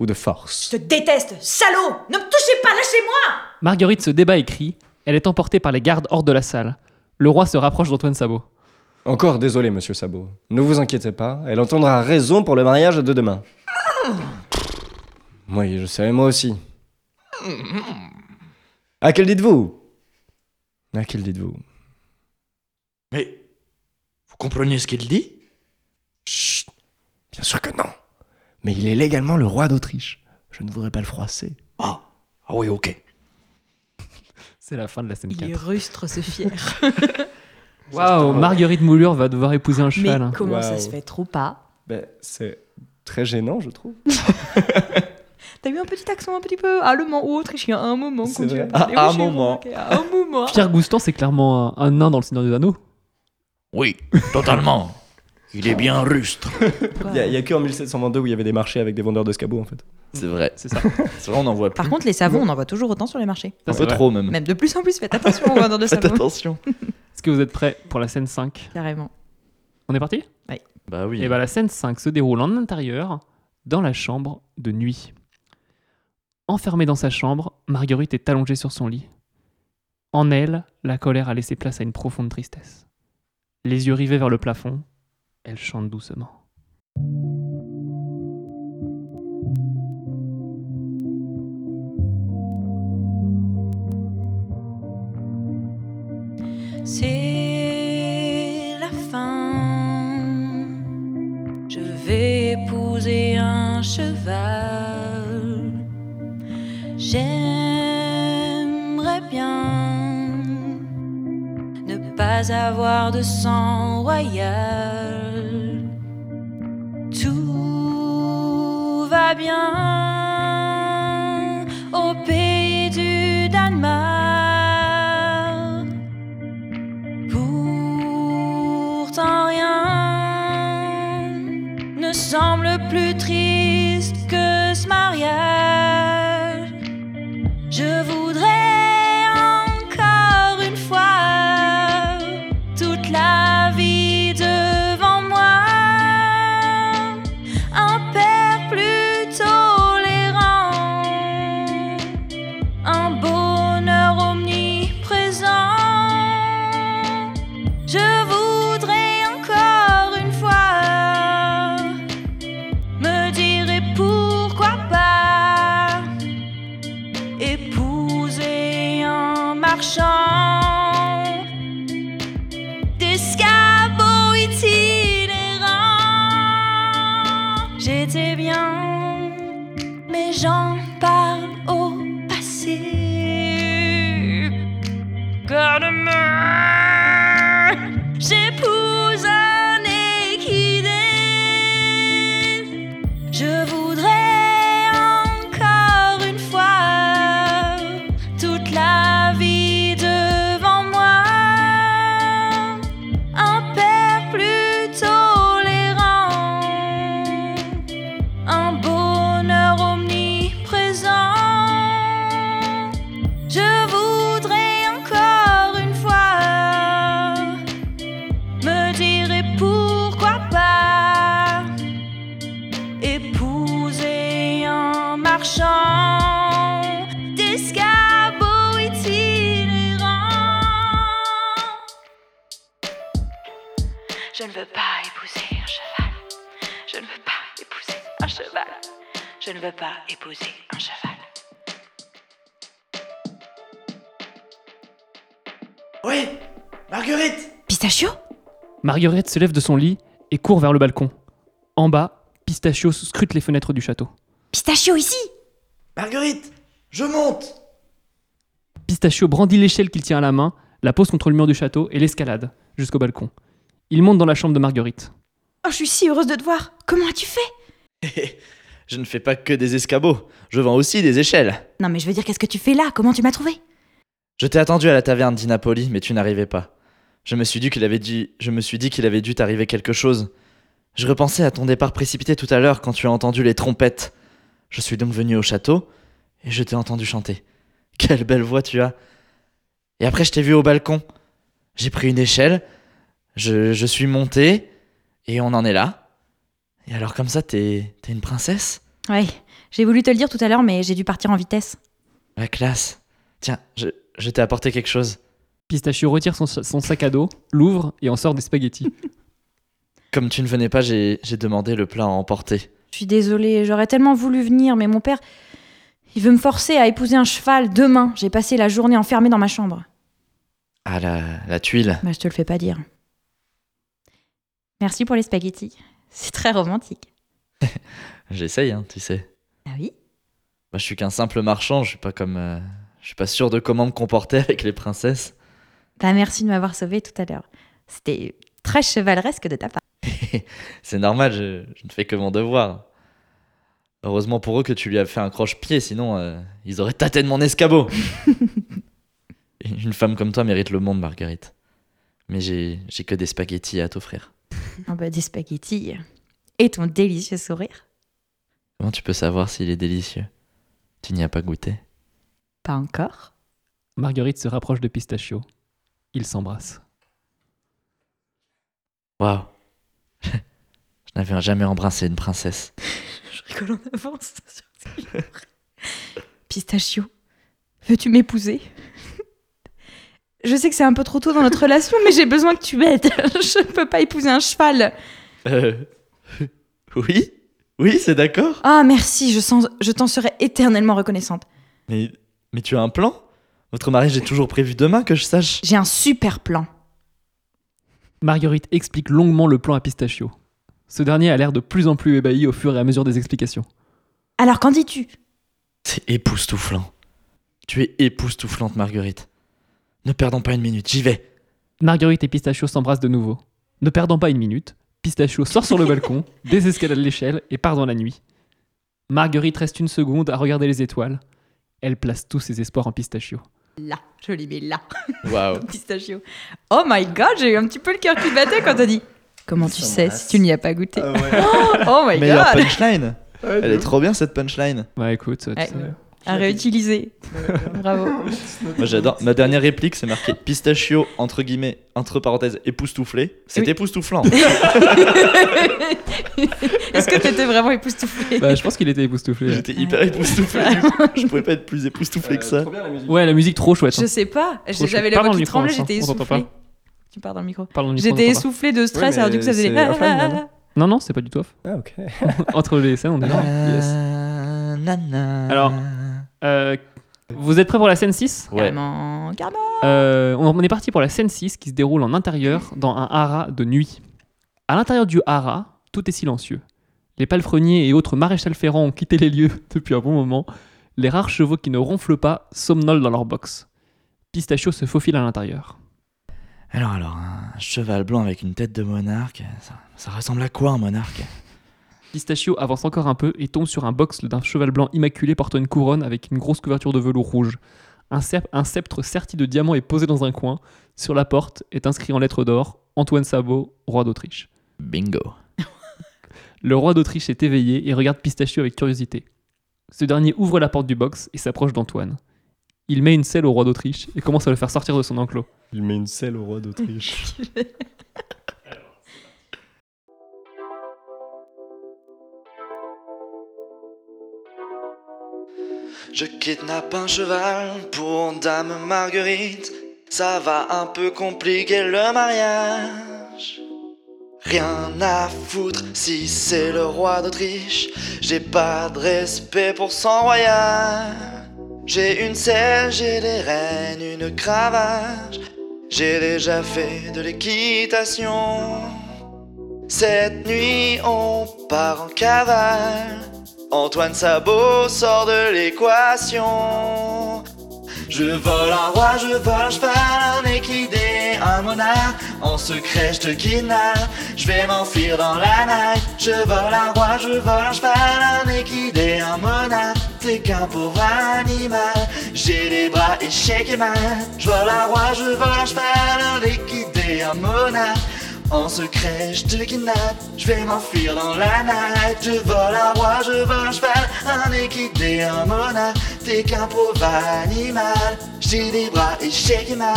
F: ou de force
E: Je te déteste, salaud. Ne me touchez pas, lâchez-moi.
D: Marguerite se débat et crie. Elle est emportée par les gardes hors de la salle. Le roi se rapproche d'Antoine Sabot.
F: Encore désolé, Monsieur Sabot. Ne vous inquiétez pas, elle entendra raison pour le mariage de demain. Oui, je sais, moi aussi. À quel dites-vous À quel dites-vous
I: Mais vous comprenez ce qu'il dit
F: Chut Bien sûr que non. Mais il est légalement le roi d'Autriche. Je ne voudrais pas le froisser.
I: Ah, ah oui, ok.
D: C'est la fin de la scène 4.
E: rustre, se fier.
D: Waouh, Marguerite Moulure va devoir épouser un cheval. hein.
F: comment ça Waouh. se fait,
E: trop pas
F: Ben, c'est très gênant, je trouve.
E: T'as eu un petit accent un petit peu allemand ou autrichien à un moment.
F: C'est
E: quand tu
F: vrai.
E: as parlé.
B: À
E: Oui,
B: un
E: j'ai
B: moment.
E: remarqué, À un moment.
D: Pierre Goustan, c'est clairement un, un nain dans le Seigneur des Anneaux.
I: Oui, totalement. Il est bien rustre.
F: Il n'y a, y a que en 1722 où il y avait des marchés avec des vendeurs de scabots, en fait.
B: C'est vrai.
D: C'est ça.
B: C'est vrai, on en voit plus.
E: Par contre, les savons, on en voit toujours autant sur les marchés.
D: Ça,
B: Un
D: c'est
B: peu
D: vrai.
B: trop même.
E: Même de plus en plus, faites attention aux vendeurs de
B: Faites
E: savons.
B: attention.
D: Est-ce que vous êtes prêts pour la scène 5
E: Carrément.
D: On est parti
B: Bah oui.
D: Et bah la scène 5 se déroule en intérieur, dans la chambre de nuit. Enfermée dans sa chambre, Marguerite est allongée sur son lit. En elle, la colère a laissé place à une profonde tristesse. Les yeux rivés vers le plafond, elle chante doucement.
G: épouser un cheval. J'aimerais bien ne pas avoir de sang royal. Tout va bien au pays du Danemark. Pourtant rien ne semble plus triste que ce mariage. Je voudrais encore une fois toute la vie devant moi. Un père plus tolérant, un bonheur omniprésent. Je voudrais encore une fois me dire et pourquoi pas épouser un marchand d'escabeaux itinérants. J'étais bien, mais j'en parle au passé. Garde-moi. J'épouse un équidé. Je voudrais encore une fois toute la vie devant moi. Un père plus tolérant. Un bonheur omniprésent. Je voudrais encore une fois me dire et pourquoi pas épouser un marchand d'escabeaux itinérants. Je ne veux pas épouser un cheval. Je ne veux pas épouser un cheval. Je ne veux pas épouser un cheval.
I: Oui, Marguerite
E: Pistachio
D: Marguerite se lève de son lit et court vers le balcon. En bas, Pistachio scrute les fenêtres du château.
E: Pistachio ici
I: Marguerite Je monte
D: Pistachio brandit l'échelle qu'il tient à la main, la pose contre le mur du château et l'escalade jusqu'au balcon. Il monte dans la chambre de Marguerite.
E: Oh, je suis si heureuse de te voir. Comment as-tu fait
B: Je ne fais pas que des escabeaux, je vends aussi des échelles.
E: Non, mais je veux dire, qu'est-ce que tu fais là Comment tu m'as trouvé
B: Je t'ai attendu à la taverne di Napoli, mais tu n'arrivais pas. Je me suis dit qu'il avait dû, je me suis dit qu'il avait dû t'arriver quelque chose. Je repensais à ton départ précipité tout à l'heure quand tu as entendu les trompettes. Je suis donc venu au château et je t'ai entendu chanter. Quelle belle voix tu as. Et après je t'ai vu au balcon. J'ai pris une échelle, je, je suis monté et on en est là. Et alors comme ça t'es t'es une princesse
E: Ouais, j'ai voulu te le dire tout à l'heure, mais j'ai dû partir en vitesse.
B: La classe. Tiens, je, je t'ai apporté quelque chose.
D: Pistachio retire son, son sac à dos, l'ouvre et en sort des spaghettis.
B: Comme tu ne venais pas, j'ai j'ai demandé le plat à emporter.
E: Je suis désolée, j'aurais tellement voulu venir, mais mon père, il veut me forcer à épouser un cheval demain. J'ai passé la journée enfermée dans ma chambre.
B: Ah, la, la tuile.
E: Bah, je te le fais pas dire. Merci pour les spaghettis. C'est très romantique.
B: J'essaye, hein, tu sais.
E: Ah oui
B: Moi, je suis qu'un simple marchand, je suis pas comme. euh, je suis pas sûr de comment me comporter avec les princesses.
E: Bah, merci de m'avoir sauvée tout à l'heure. C'était très chevaleresque de ta part.
B: C'est normal, je, je ne fais que mon devoir. Heureusement pour eux que tu lui as fait un croche-pied, sinon euh, ils auraient tâté de mon escabeau. Une femme comme toi mérite le monde, Marguerite. Mais j'ai j'ai que des spaghettis à t'offrir.
E: Ah bah, des spaghettis et ton délicieux sourire.
B: Comment tu peux savoir s'il est délicieux Tu n'y as pas goûté.
E: Pas encore.
D: Marguerite se rapproche de Pistachio. Ils s'embrassent.
B: Waouh. je n'avais jamais embrassé une princesse.
E: Je rigole en avance. Pistachio, veux-tu m'épouser Je sais que c'est un peu trop tôt dans notre relation, mais j'ai besoin que tu m'aides. Je ne peux pas épouser un cheval.
B: Euh, Oui Oui, c'est d'accord
E: Ah, merci, je, sens- je t'en serai éternellement reconnaissante.
B: mais, mais tu as un plan Votre mariage est toujours prévu demain, que je sache.
E: J'ai un super plan.
D: Marguerite explique longuement le plan à Pistachio. Ce dernier a l'air de plus en plus ébahi au fur et à mesure des explications.
E: Alors qu'en dis-tu
J: C'est époustouflant. Tu es époustouflante, Marguerite. Ne perdons pas une minute, j'y vais.
D: Marguerite et Pistachio s'embrassent de nouveau. Ne perdant pas une minute, Pistachio sort sur le balcon, désescalade l'échelle et part dans la nuit. Marguerite reste une seconde à regarder les étoiles. Elle place tous ses espoirs en Pistachio.
E: Là, je l'ai mis là,
K: Waouh.
E: pistachio. Oh my god, j'ai eu un petit peu le cœur qui battait quand t'as dit Comment tu sais si tu n'y as pas goûté Oh my
K: Meilleure
E: god
K: punchline. Elle est trop bien cette punchline.
D: Bah écoute, tu
E: Ouais.
D: sais,
E: À réutiliser. Bravo.
K: Moi j'adore. Ma dernière réplique c'est marqué pistachio entre guillemets entre parenthèses époustouflé. C'est
E: Oui.
K: époustouflant.
E: Est-ce que t'étais vraiment époustouflée
D: bah, je pense qu'il était époustouflé.
K: J'étais hyper époustouflé. du coup. Je pouvais pas être plus époustouflé que ça.
F: Trop bien la musique.
D: Ouais, la musique trop chouette. hein.
E: Je sais pas.
D: Trop chaud.
E: J'avais la
D: Parle
E: voix
D: dans
E: qui
D: le micro,
E: tremblait,
D: Vincent,
E: j'étais
D: on t'entend
E: essoufflée. Tu parles dans le micro.
D: Parle dans le micro,
E: J'étais
D: on t'entend
E: essoufflée de stress,
F: mais
E: alors du coup ça faisait. Ah,
F: c'est la femme, là, non
D: pas. Non, non, c'est pas du tout off.
F: Ah, ok.
D: Entre les scènes, on est là. Alors, euh, vous êtes prêts pour la scène 6
K: Ouais.
E: Carrément, carrément.
D: Euh, on est parti pour la scène 6 qui se déroule en intérieur dans un haras de nuit. À l'intérieur du haras, tout est silencieux. Les palefreniers et autres maréchals ferrants ont quitté les lieux depuis un bon moment. Les rares chevaux qui ne ronflent pas somnolent dans leur box. Pistachio se faufile à l'intérieur.
J: Alors, alors, un cheval blanc avec une tête de monarque, ça, ça ressemble à quoi un monarque
D: Pistachio avance encore un peu et tombe sur un box d'un cheval blanc immaculé portant une couronne avec une grosse couverture de velours rouge. Un, cep- un sceptre serti de diamants est posé dans un coin. Sur la porte est inscrit en lettres d'or Antoine Sabot, roi d'Autriche.
J: Bingo.
D: Le roi d'Autriche est éveillé et regarde Pistachio avec curiosité. Ce dernier ouvre la porte du box et s'approche d'Antoine. Il met une selle au roi d'Autriche et commence à le faire sortir de son enclos.
F: Il met une selle au roi d'Autriche.
B: Je kidnappe un cheval pour Dame Marguerite. Ça va un peu compliquer le mariage. Rien à foutre si c'est le roi d'Autriche. J'ai pas de respect pour son royal. J'ai une selle, j'ai des rênes, une cravache. J'ai déjà fait de l'équitation. Cette nuit, on part en cavale. Antoine Sabot sort de l'équation. Je vole un roi, je vole un cheval, un équidé, un monarque. En secret, je te kidnappe, je vais m'enfuir dans la night. Je vole un roi, je vole un cheval, un équidé, un monarque. T'es qu'un pauvre animal, j'ai les bras et shake et mal. Je vole un roi, je vole un cheval, un équidé, un monarque. En secret, je te kidnappe, je vais m'enfuir dans la night. Je vole un roi, je vole un cheval, un équidé, un monarque. T'es qu'un pauvre animal, j'ai des bras et shake et mal.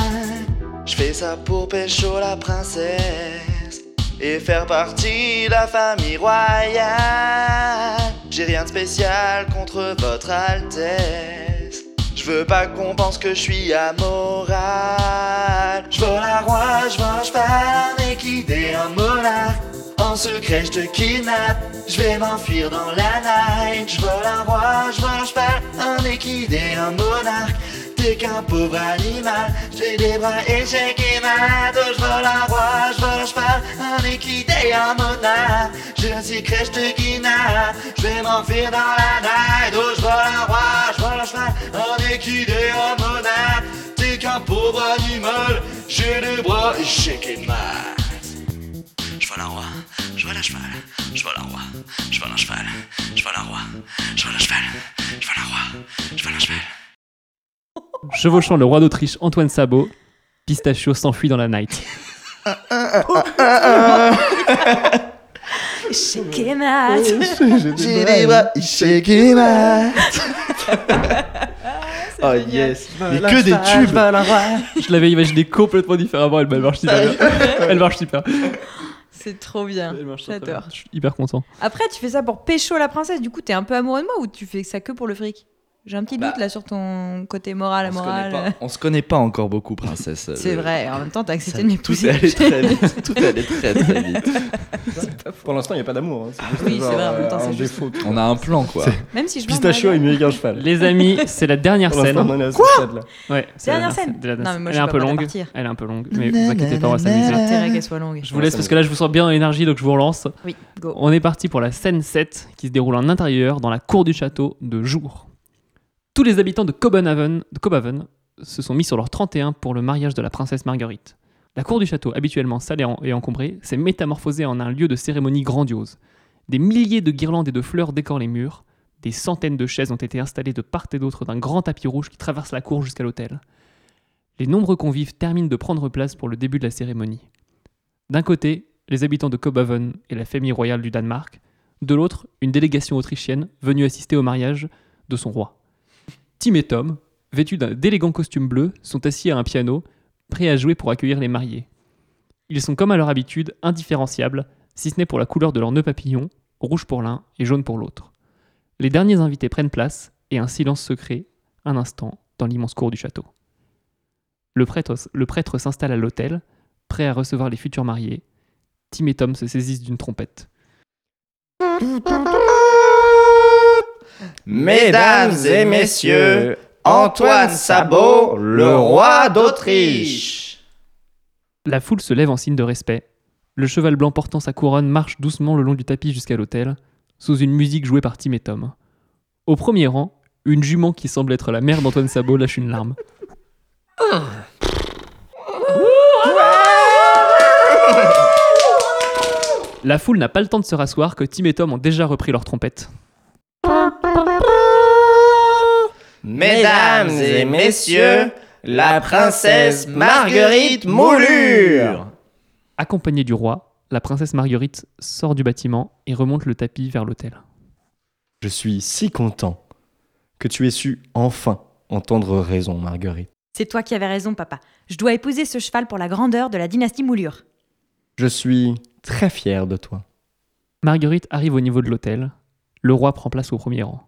B: Je fais ça pour pécho la princesse et faire partie de la famille royale. J'ai rien de spécial contre votre Altesse. Je veux pas qu'on pense que je suis amoral. Je vole un roi, je vole un cheval, un équidé, un monarque. En secret, je te kidnappe, je vais m'enfuir dans la night. Je vole un roi, je vole un cheval, un équidé, un monarque. T'es qu'un pauvre animal, j'ai des bras et j'ai qui m'aide. Je vole un roi, je vole un cheval, un équidé, un monarque. J'ai un secret, je te kidnappe, je vais m'enfuir dans la night. Oh, je vole un roi, je vole un cheval, un équidé, un monarque. T'es qu'un pauvre animal, j'ai des bras et j'ai qui m'aide. Je vois la roi, je vois la cheval, je vois la roi, je vois la cheval, je vois la roi, je vois la cheval, je vois la roi, je vois la cheval.
D: Chevauchant le roi d'Autriche Antoine Sabot, Pistachio s'enfuit dans la night.
E: Shekemat
K: J'ai des bras, j'ai des bras. Oh yes. Mais que des tubes.
D: Je l'avais imaginé complètement différemment, elle, elle marche super bien. Elle marche super.
E: C'est trop bien.
D: Elle marche très bien.
E: J'adore.
D: Je suis hyper content.
E: Après, tu fais ça pour pécho la princesse, du coup, t'es un peu amoureux de moi ou tu fais ça que pour le fric J'ai un petit
B: Bah,
E: doute là sur ton côté moral,
B: on, se connaît
E: amoral.
B: pas, on se connaît pas encore beaucoup, princesse. euh,
E: C'est
B: le-
E: vrai, en même temps, t'as accepté
B: Ça-
E: de
B: tout
E: m'épouser.
B: est allé très vite. Tout est allé très très vite.
F: Pour l'instant, il n'y a pas d'amour. hein. juste
E: Oui, c'est
F: genre,
E: vrai, en même temps,
F: euh,
E: c'est
F: un
E: juste-
F: défaut, tu
B: On
F: vois.
B: a un plan quoi.
E: Même si je
F: Pistachio est
E: m'emballe.
F: mieux qu'un cheval.
D: Les amis, c'est la dernière
F: Pour l'instant, on
D: scène.
F: en est à ce stade-là.
D: Ouais, c'est
E: Dernière
D: la
E: scène.
D: c'est la dernière
E: Non, mais moi,
D: Elle est
E: je peux
D: un
E: pas
D: peu
E: pas
D: longue.
K: hein.
E: partir.
D: Elle est un peu longue, mais vous inquiétez pas, on va s'amuser.
E: J'ai intérêt qu'elle soit longue.
D: Je vous laisse parce que là, je vous sens bien dans l'énergie, donc je vous relance.
E: Oui, go.
D: On est parti pour la scène 7 qui se déroule en intérieur dans la cour du château de jour. Tous les habitants de Copenhagen, de Cobhaven se sont mis sur leur 31 pour le mariage de la princesse Marguerite. La cour du château, habituellement sale et en- et encombrée, s'est métamorphosée en un lieu de cérémonie grandiose. Des milliers de guirlandes et de fleurs décorent les murs. Des centaines de chaises ont été installées de part et d'autre d'un grand tapis rouge qui traverse la cour jusqu'à l'hôtel. Les nombreux convives terminent de prendre place pour le début de la cérémonie. D'un côté, les habitants de Cobhaven et la famille royale du Danemark, de l'autre, une délégation autrichienne venue assister au mariage de son roi. Tim et Tom, vêtus d'un délégant costume bleu, sont assis à un piano, prêts à jouer pour accueillir les mariés. Ils sont comme à leur habitude indifférenciables, si ce n'est pour la couleur de leurs nœuds papillons, rouge pour l'un et jaune pour l'autre. Les derniers invités prennent place et un silence se crée, un instant, dans l'immense cour du château. Le prêtre, le prêtre s'installe à l'autel, prêt à recevoir les futurs mariés. Tim et Tom se saisissent d'une trompette.
F: Mesdames et messieurs, Antoine Sabot, le roi d'Autriche.
D: La foule se lève en signe de respect. Le cheval blanc portant sa couronne marche doucement le long du tapis jusqu'à l'autel, sous une musique jouée par Tim et Tom. Au premier rang, une jument qui semble être la mère d'Antoine Sabot lâche une larme. La foule n'a pas le temps de se rasseoir que Tim et Tom ont déjà repris leur trompette.
F: Mesdames et messieurs, la princesse Marguerite Moulure.
D: Accompagnée du roi, la princesse Marguerite sort du bâtiment et remonte le tapis vers l'autel.
F: Je suis si content que tu aies su enfin entendre raison, Marguerite.
E: C'est toi qui avais raison, papa. Je dois épouser ce cheval pour la grandeur de la dynastie Moulure.
F: Je suis très fier de toi.
D: Marguerite arrive au niveau de l'autel. Le roi prend place au premier rang.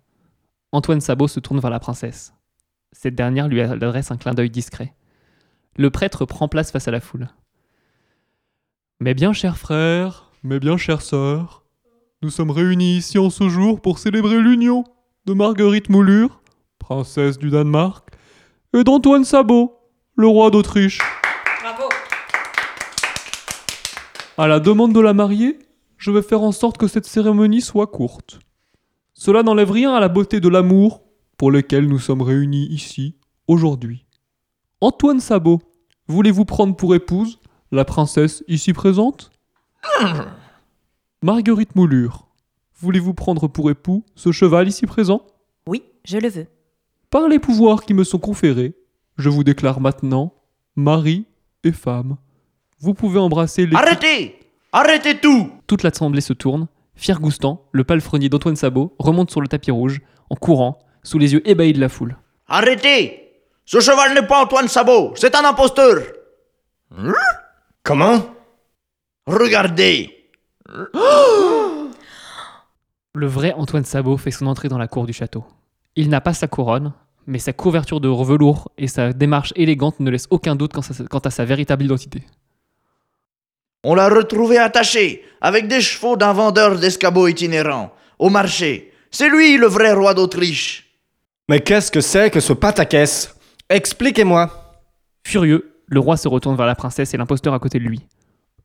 D: Antoine Sabot se tourne vers la princesse. Cette dernière lui adresse un clin d'œil discret. Le prêtre prend place face à la foule. Mes bien chers frères, mes bien chères sœurs, nous sommes réunis ici en ce jour pour célébrer l'union de Marguerite Moulure, princesse du Danemark, et d'Antoine Sabot, le roi d'Autriche.
E: Bravo
D: À la demande de la mariée, je vais faire en sorte que cette cérémonie soit courte. Cela n'enlève rien à la beauté de l'amour pour lequel nous sommes réunis ici, aujourd'hui. Antoine Sabot, voulez-vous prendre pour épouse la princesse ici présente Marguerite Moulure, voulez-vous prendre pour époux ce cheval ici présent
E: Oui, je le veux.
D: Par les pouvoirs qui me sont conférés, je vous déclare maintenant mari et femme. Vous pouvez embrasser les...
I: Arrêtez Arrêtez tout
D: Toute l'assemblée se tourne. Goustan, le palefrenier d'Antoine Sabot, remonte sur le tapis rouge, en courant, sous les yeux ébahis de la foule.
I: Arrêtez Ce cheval n'est pas Antoine Sabot, c'est un imposteur
F: Comment
I: Regardez
D: Le vrai Antoine Sabot fait son entrée dans la cour du château. Il n'a pas sa couronne, mais sa couverture de velours et sa démarche élégante ne laissent aucun doute quant à sa, quant à sa véritable identité.
I: On l'a retrouvé attaché, avec des chevaux d'un vendeur d'escabeaux itinérant, au marché. C'est lui le vrai roi d'Autriche
F: Mais qu'est-ce que c'est que ce pataquès Expliquez-moi.
D: Furieux, le roi se retourne vers la princesse et l'imposteur à côté de lui.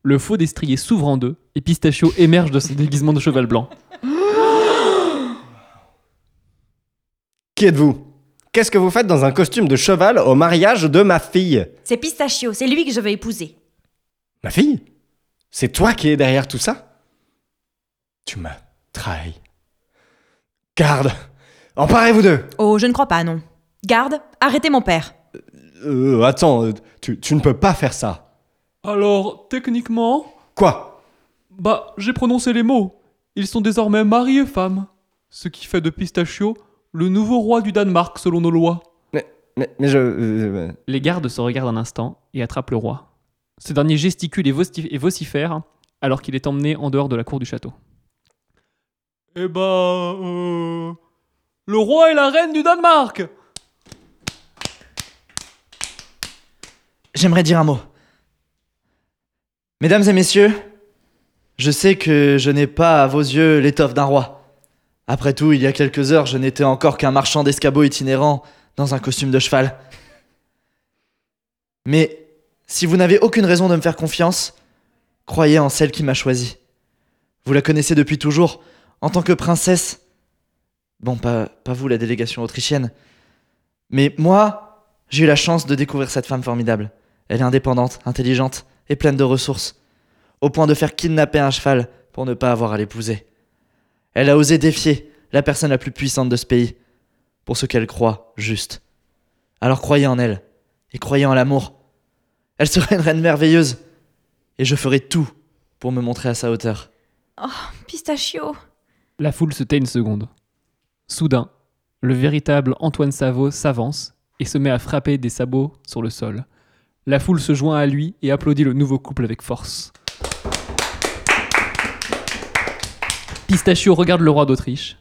D: Le faux destrier s'ouvre en deux et Pistachio émerge de son déguisement de cheval blanc.
F: Qui êtes-vous Qu'est-ce que vous faites dans un costume de cheval au mariage de ma fille
E: C'est Pistachio, c'est lui que je veux épouser.
F: Ma fille C'est toi qui es derrière tout ça Tu m'as trahi. Garde Emparez-vous d'eux
E: Oh, je ne crois pas, non. Garde, arrêtez mon père.
F: Euh, attends, euh, tu, tu ne peux pas faire ça.
D: Alors, techniquement,
F: Quoi
D: Bah, j'ai prononcé les mots. Ils sont désormais mari et femme. Ce qui fait de Pistachio le nouveau roi du Danemark selon nos lois.
F: mais, mais je... euh, euh,
D: Les gardes se regardent un instant et attrapent le roi. Ce dernier gesticule et, vosti- et vocifère alors qu'il est emmené en dehors de la cour du château. Eh bah, Le roi et la reine du Danemark
L: J'aimerais dire un mot.
M: Mesdames et messieurs, je sais que je n'ai pas à vos yeux l'étoffe d'un roi. Après tout, il y a quelques heures, je n'étais encore qu'un marchand d'escabeaux itinérant dans un costume de cheval. Mais si vous n'avez aucune raison de me faire confiance, croyez en celle qui m'a choisi. Vous la connaissez depuis toujours, en tant que princesse. Bon, pas, pas vous, la délégation autrichienne. Mais moi, j'ai eu la chance de découvrir cette femme formidable. Elle est indépendante, intelligente et pleine de ressources, au point de faire kidnapper un cheval pour ne pas avoir à l'épouser. Elle a osé défier la personne la plus puissante de ce pays, pour ce qu'elle croit juste. Alors croyez en elle, et croyez en l'amour. Elle sera une reine merveilleuse, et je ferai tout pour me montrer à sa hauteur.
K: Pistachio
D: La foule se tait une seconde. Soudain, le véritable Antoine Savo s'avance et se met à frapper des sabots sur le sol. La foule se joint à lui et applaudit le nouveau couple avec force. Pistachio regarde le roi d'Autriche.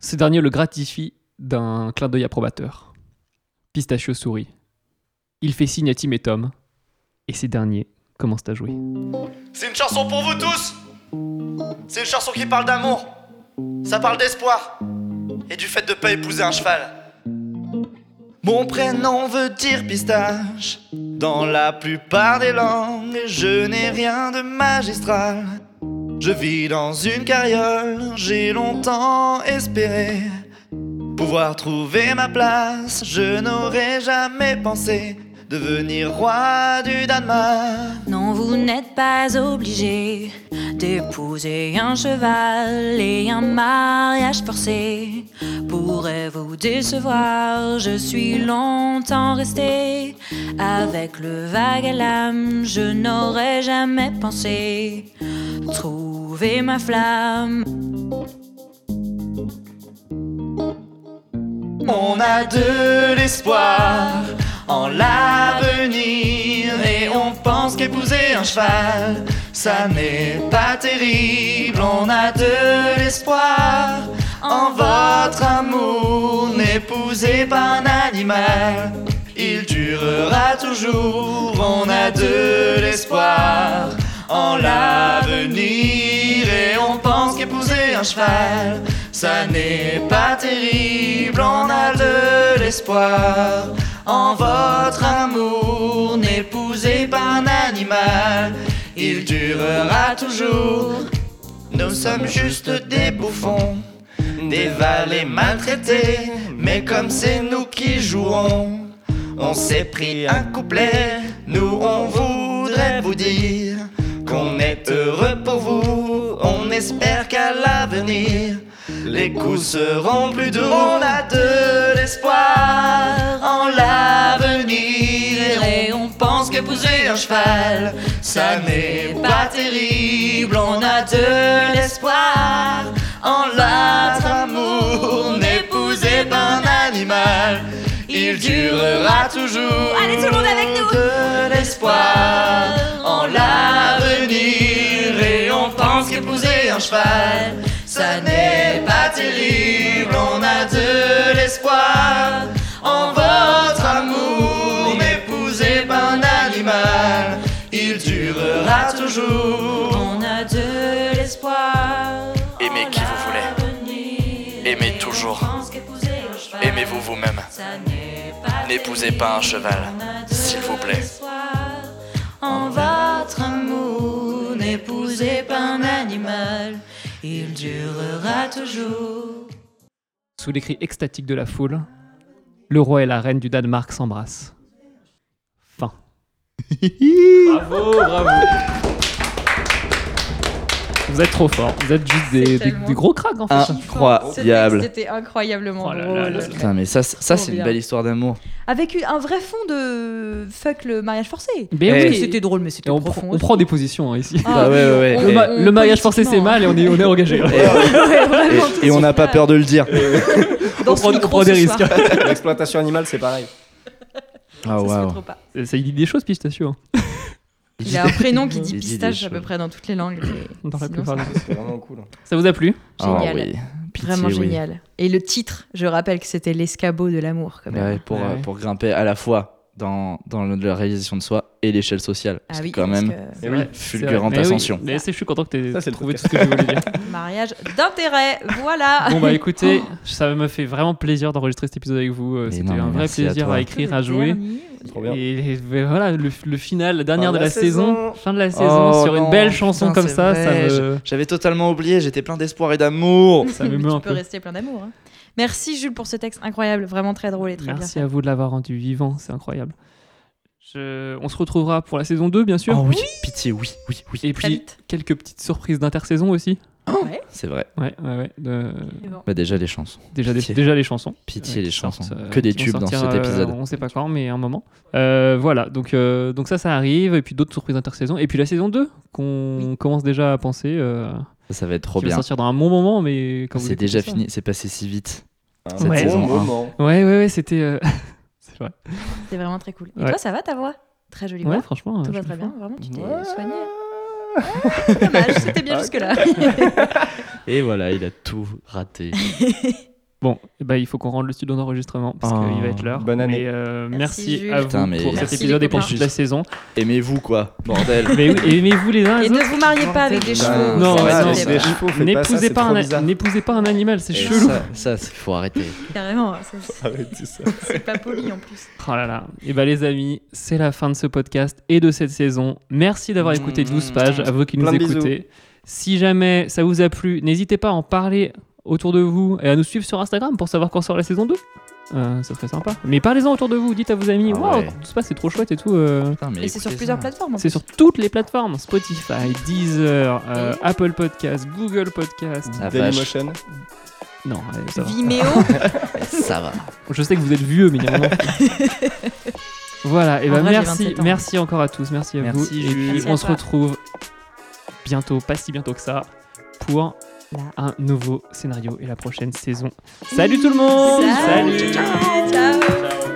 D: Ce dernier le gratifie d'un clin d'œil approbateur. Pistachio sourit. Il fait signe à Tim et Tom, et ces derniers commencent à jouer.
B: C'est une chanson pour vous tous C'est une chanson qui parle d'amour Ça parle d'espoir Et du fait de pas épouser un cheval Mon prénom veut dire pistache Dans la plupart des langues Et je n'ai rien de magistral Je vis dans une carriole J'ai longtemps espéré Pouvoir trouver ma place Je n'aurais jamais pensé Devenir roi du Danemark
G: Non, vous n'êtes pas obligé d'épouser un cheval et un mariage forcé pourrait vous décevoir. Je suis longtemps restée avec le vague à l'âme. Je n'aurais jamais pensé trouver ma flamme.
B: On a de l'espoir en l'avenir et on pense qu'épouser un cheval, ça n'est pas terrible. On a de l'espoir en votre amour, n'épousez pas un animal. Il durera toujours, on a de l'espoir en l'avenir et on pense qu'épouser un cheval, ça n'est pas terrible, on a de l'espoir en votre amour, n'épousez pas un animal, il durera toujours. Nous sommes juste des bouffons, des valets maltraités, mais comme c'est nous qui jouons, on s'est pris un couplet, nous on voudrait vous dire qu'on est heureux pour vous, on espère qu'à l'avenir. Les coups seront plus doux, on a de l'espoir en l'avenir et on pense qu'épouser un cheval, ça n'est pas terrible, on a de l'espoir en l'autre amour, n'épousez pas un animal, il durera toujours.
G: Allez, tout le monde avec nous.
B: De l'espoir en l'avenir et on pense qu'épouser un cheval, ça n'est pas terrible, on a de l'espoir en votre amour, n'épousez pas un animal, il durera toujours.
G: On a de l'espoir.
N: Aimez qui vous voulez. Aimez toujours. Aimez-vous vous-même. N'épousez pas un cheval, s'il vous plaît.
G: En votre amour, n'épousez pas un animal, il durera toujours.
D: Sous les cris extatiques de la foule, le roi et la reine du Danemark s'embrassent. Fin. bravo, bravo. Vous êtes trop forts, vous êtes juste des,
K: C'est
D: des-
K: tellement-
D: des gros cracks en fait.
M: Incroyable.
K: C'était incroyablement
D: Oh là là
K: drôle.
D: là là.
M: Putain, mais ça, c'est- ça
K: Trop
M: c'est une
K: bien.
M: belle histoire d'amour.
K: Avec un vrai fond de fuck le mariage forcé.
D: Mais
M: Eh,
D: oui,
K: C'était drôle, mais
D: et
K: c'était
D: on,
K: profond.
D: prend, on prend des positions hein, ici.
K: Ah,
M: Ah ouais, ouais, ouais.
K: on-
D: Le, ma-
K: on-
D: le mariage forcé c'est
K: politiquement, hein.
D: mal et on est, on est engagé.
M: Et, et- et on n'a pas peur de le dire.
K: Dans
D: on
K: ce
D: prend- on
K: micro
D: prend des
K: ce
D: risques.
K: soir. Ça
F: L'exploitation animale, c'est pareil.
M: Ah
K: se fait
M: waouh.
K: trop pas.
D: Ça il dit des choses pistachio. hein,
K: Il a un prénom qui
M: Il
K: dit
M: dit des
K: pistache à
M: choses.
K: peu près dans toutes les langues. mais
D: dans la
K: sinon,
D: plupart
K: ça-
F: hein.
D: des-
F: C'est vraiment cool.
D: Ça vous a plu
M: Ah
K: Génial.
M: oui.
B: pitié,
K: Vraiment
B: oui.
K: génial. Et le titre, je rappelle que c'était l'escabeau de l'amour quand même.
B: Ouais, pour,
D: Ouais.
B: euh, pour grimper à la fois dans, dans le- la réalisation de soi et l'échelle sociale.
K: Ah
B: C'est
K: oui,
B: quand
K: parce
B: même
K: que
D: C'est vrai.
B: fulgurante
D: Mais Eh oui,
B: ascension.
D: Mais c'est- je suis content que tu
F: Ça,
D: aies
F: c'est le
D: trouvé tout ce
F: podcast.
D: que je voulais dire.
K: mariage d'intérêt, voilà.
D: Bon bah écoutez, ça me fait vraiment plaisir d'enregistrer cet épisode avec vous. Euh,
B: Mais
D: C'était
B: non, mais
D: un vrai
B: merci à
D: plaisir
B: toi.
D: à, écrire, à jouer.
F: Trop bien.
D: Et, et voilà, le, le final, la dernière
F: Fin
D: de la, saison. fin de la saison,
B: Oh
D: sur une
B: non,
D: belle chanson
B: putain,
D: comme
B: c'est
D: ça,
B: vrai,
D: ça me...
B: J'avais totalement oublié, j'étais plein d'espoir et d'amour.
D: ça m'émeut
K: Mais
D: un
K: tu peux
D: peu.
K: rester plein d'amour. hein. Merci Jules pour ce texte incroyable, vraiment très drôle et très bien.
D: Merci
K: fait.
D: à vous de l'avoir rendu vivant, c'est incroyable. Je- On se retrouvera pour la saison 2, bien sûr.
B: Oh oui, pitié, oui, oui, oui.
D: Et
K: Très
D: puis,
K: vite.
D: quelques petites surprises d'intersaison aussi.
B: C'est vrai.
D: Ouais, ouais, ouais. de-
B: Bah déjà les chansons.
D: Déjà, des-
B: Pitié.
D: déjà les chansons.
B: Pitié
D: euh,
B: les
D: qui
B: chansons.
D: sortent, euh,
B: que des
D: qui vont
B: tubes dans
D: sortir,
B: cet
D: euh,
B: épisode.
D: on sait pas quand, mais un moment. Euh, voilà, donc, euh, donc ça, ça arrive. Et puis d'autres surprises d'intersaison. Et puis la saison 2, qu'on commence déjà à penser. euh,
B: Ça, ça va être trop
D: qui va
B: bien.
D: sortir dans un bon moment, mais quand vous
B: C'est
D: écoutez
B: déjà
D: ça-
B: fini, c'est passé si vite.
F: Un
D: Cette
F: bon
B: saison,
F: moment.
D: Ouais, ouais, ouais, c'était. euh, c'est vrai.
K: C'est vraiment très cool. Et
D: Ouais.
K: toi, ça va ta voix Très jolie
D: Ouais,
K: voix.
D: franchement.
K: Tout
D: euh,
K: va
D: je
K: très
D: le
K: bien, vraiment, tu t'es
F: Ouais.
K: soigné. Dommage, c'était bien jusque-là.
B: Et voilà, il a tout raté.
D: Bon, eh ben, il faut qu'on rende le studio d'enregistrement parce
B: Oh,
D: qu'il va être l'heure.
F: bonne année.
D: Mais, euh,
K: Merci,
D: merci
K: Jules.
D: à vous
B: Putain, mais-
D: pour
K: Merci,
D: cet épisode
K: les
D: et pour
K: copains.
D: toute la saison.
B: Aimez-vous quoi, bordel.
D: Mais oui, aimez-vous les uns les
K: Et
D: autres.
K: ne vous mariez pas avec des
F: Putain.
K: chevaux.
D: Non,
K: ça,
D: ouais,
K: je
D: non,
K: le sais
D: c'est
K: pas.
F: Ah, des chevaux, fais pas ça,
D: N'épousez
F: c'est
D: pas,
F: trop
D: un-
F: bizarre.
D: n'épousez pas un animal, c'est
B: Et
D: chelou.
B: Ça, ça c'est- faut arrêter.
K: Carrément, ça, c'est-
F: Arrêtez ça.
K: c'est pas poli en plus.
D: Oh là là. Et bah les amis, c'est la fin de ce podcast et de cette saison. Merci d'avoir écouté 12 pages, à vous qui
F: Plein
D: nous
F: de bisous.
D: écoutez. Si jamais ça vous a plu, n'hésitez pas à en parler autour de vous et à nous suivre sur Instagram pour savoir quand sort la saison 2. Euh, ça serait sympa. Mais parlez-en autour de vous, dites à vos amis,
B: Ah
D: waouh,
B: ouais.
D: 12 pages c'est trop chouette et tout. euh.
B: Putain, mais
K: Et c'est sur
B: écoutez
K: plusieurs
B: ça.
K: plateformes. en
D: C'est
K: plus.
D: sur toutes les plateformes Spotify, Deezer, euh, Apple Podcast, Google Podcast.
B: La vache,
F: Dailymotion.
D: Non, allez, ça va.
K: Vimeo.
B: ça va.
D: Je sais que vous êtes vieux, mais il y a un moment. Voilà, et
K: En
D: ben
K: vrai, j'ai
D: merci,
K: 27 ans.
D: merci encore à tous, merci à
B: Merci,
D: vous. Et puis,
K: Merci à
D: on se
K: toi.
D: retrouve bientôt, pas si bientôt que ça, pour un nouveau scénario et la prochaine saison. Salut tout le monde
K: Salut. Ciao.
D: Ciao.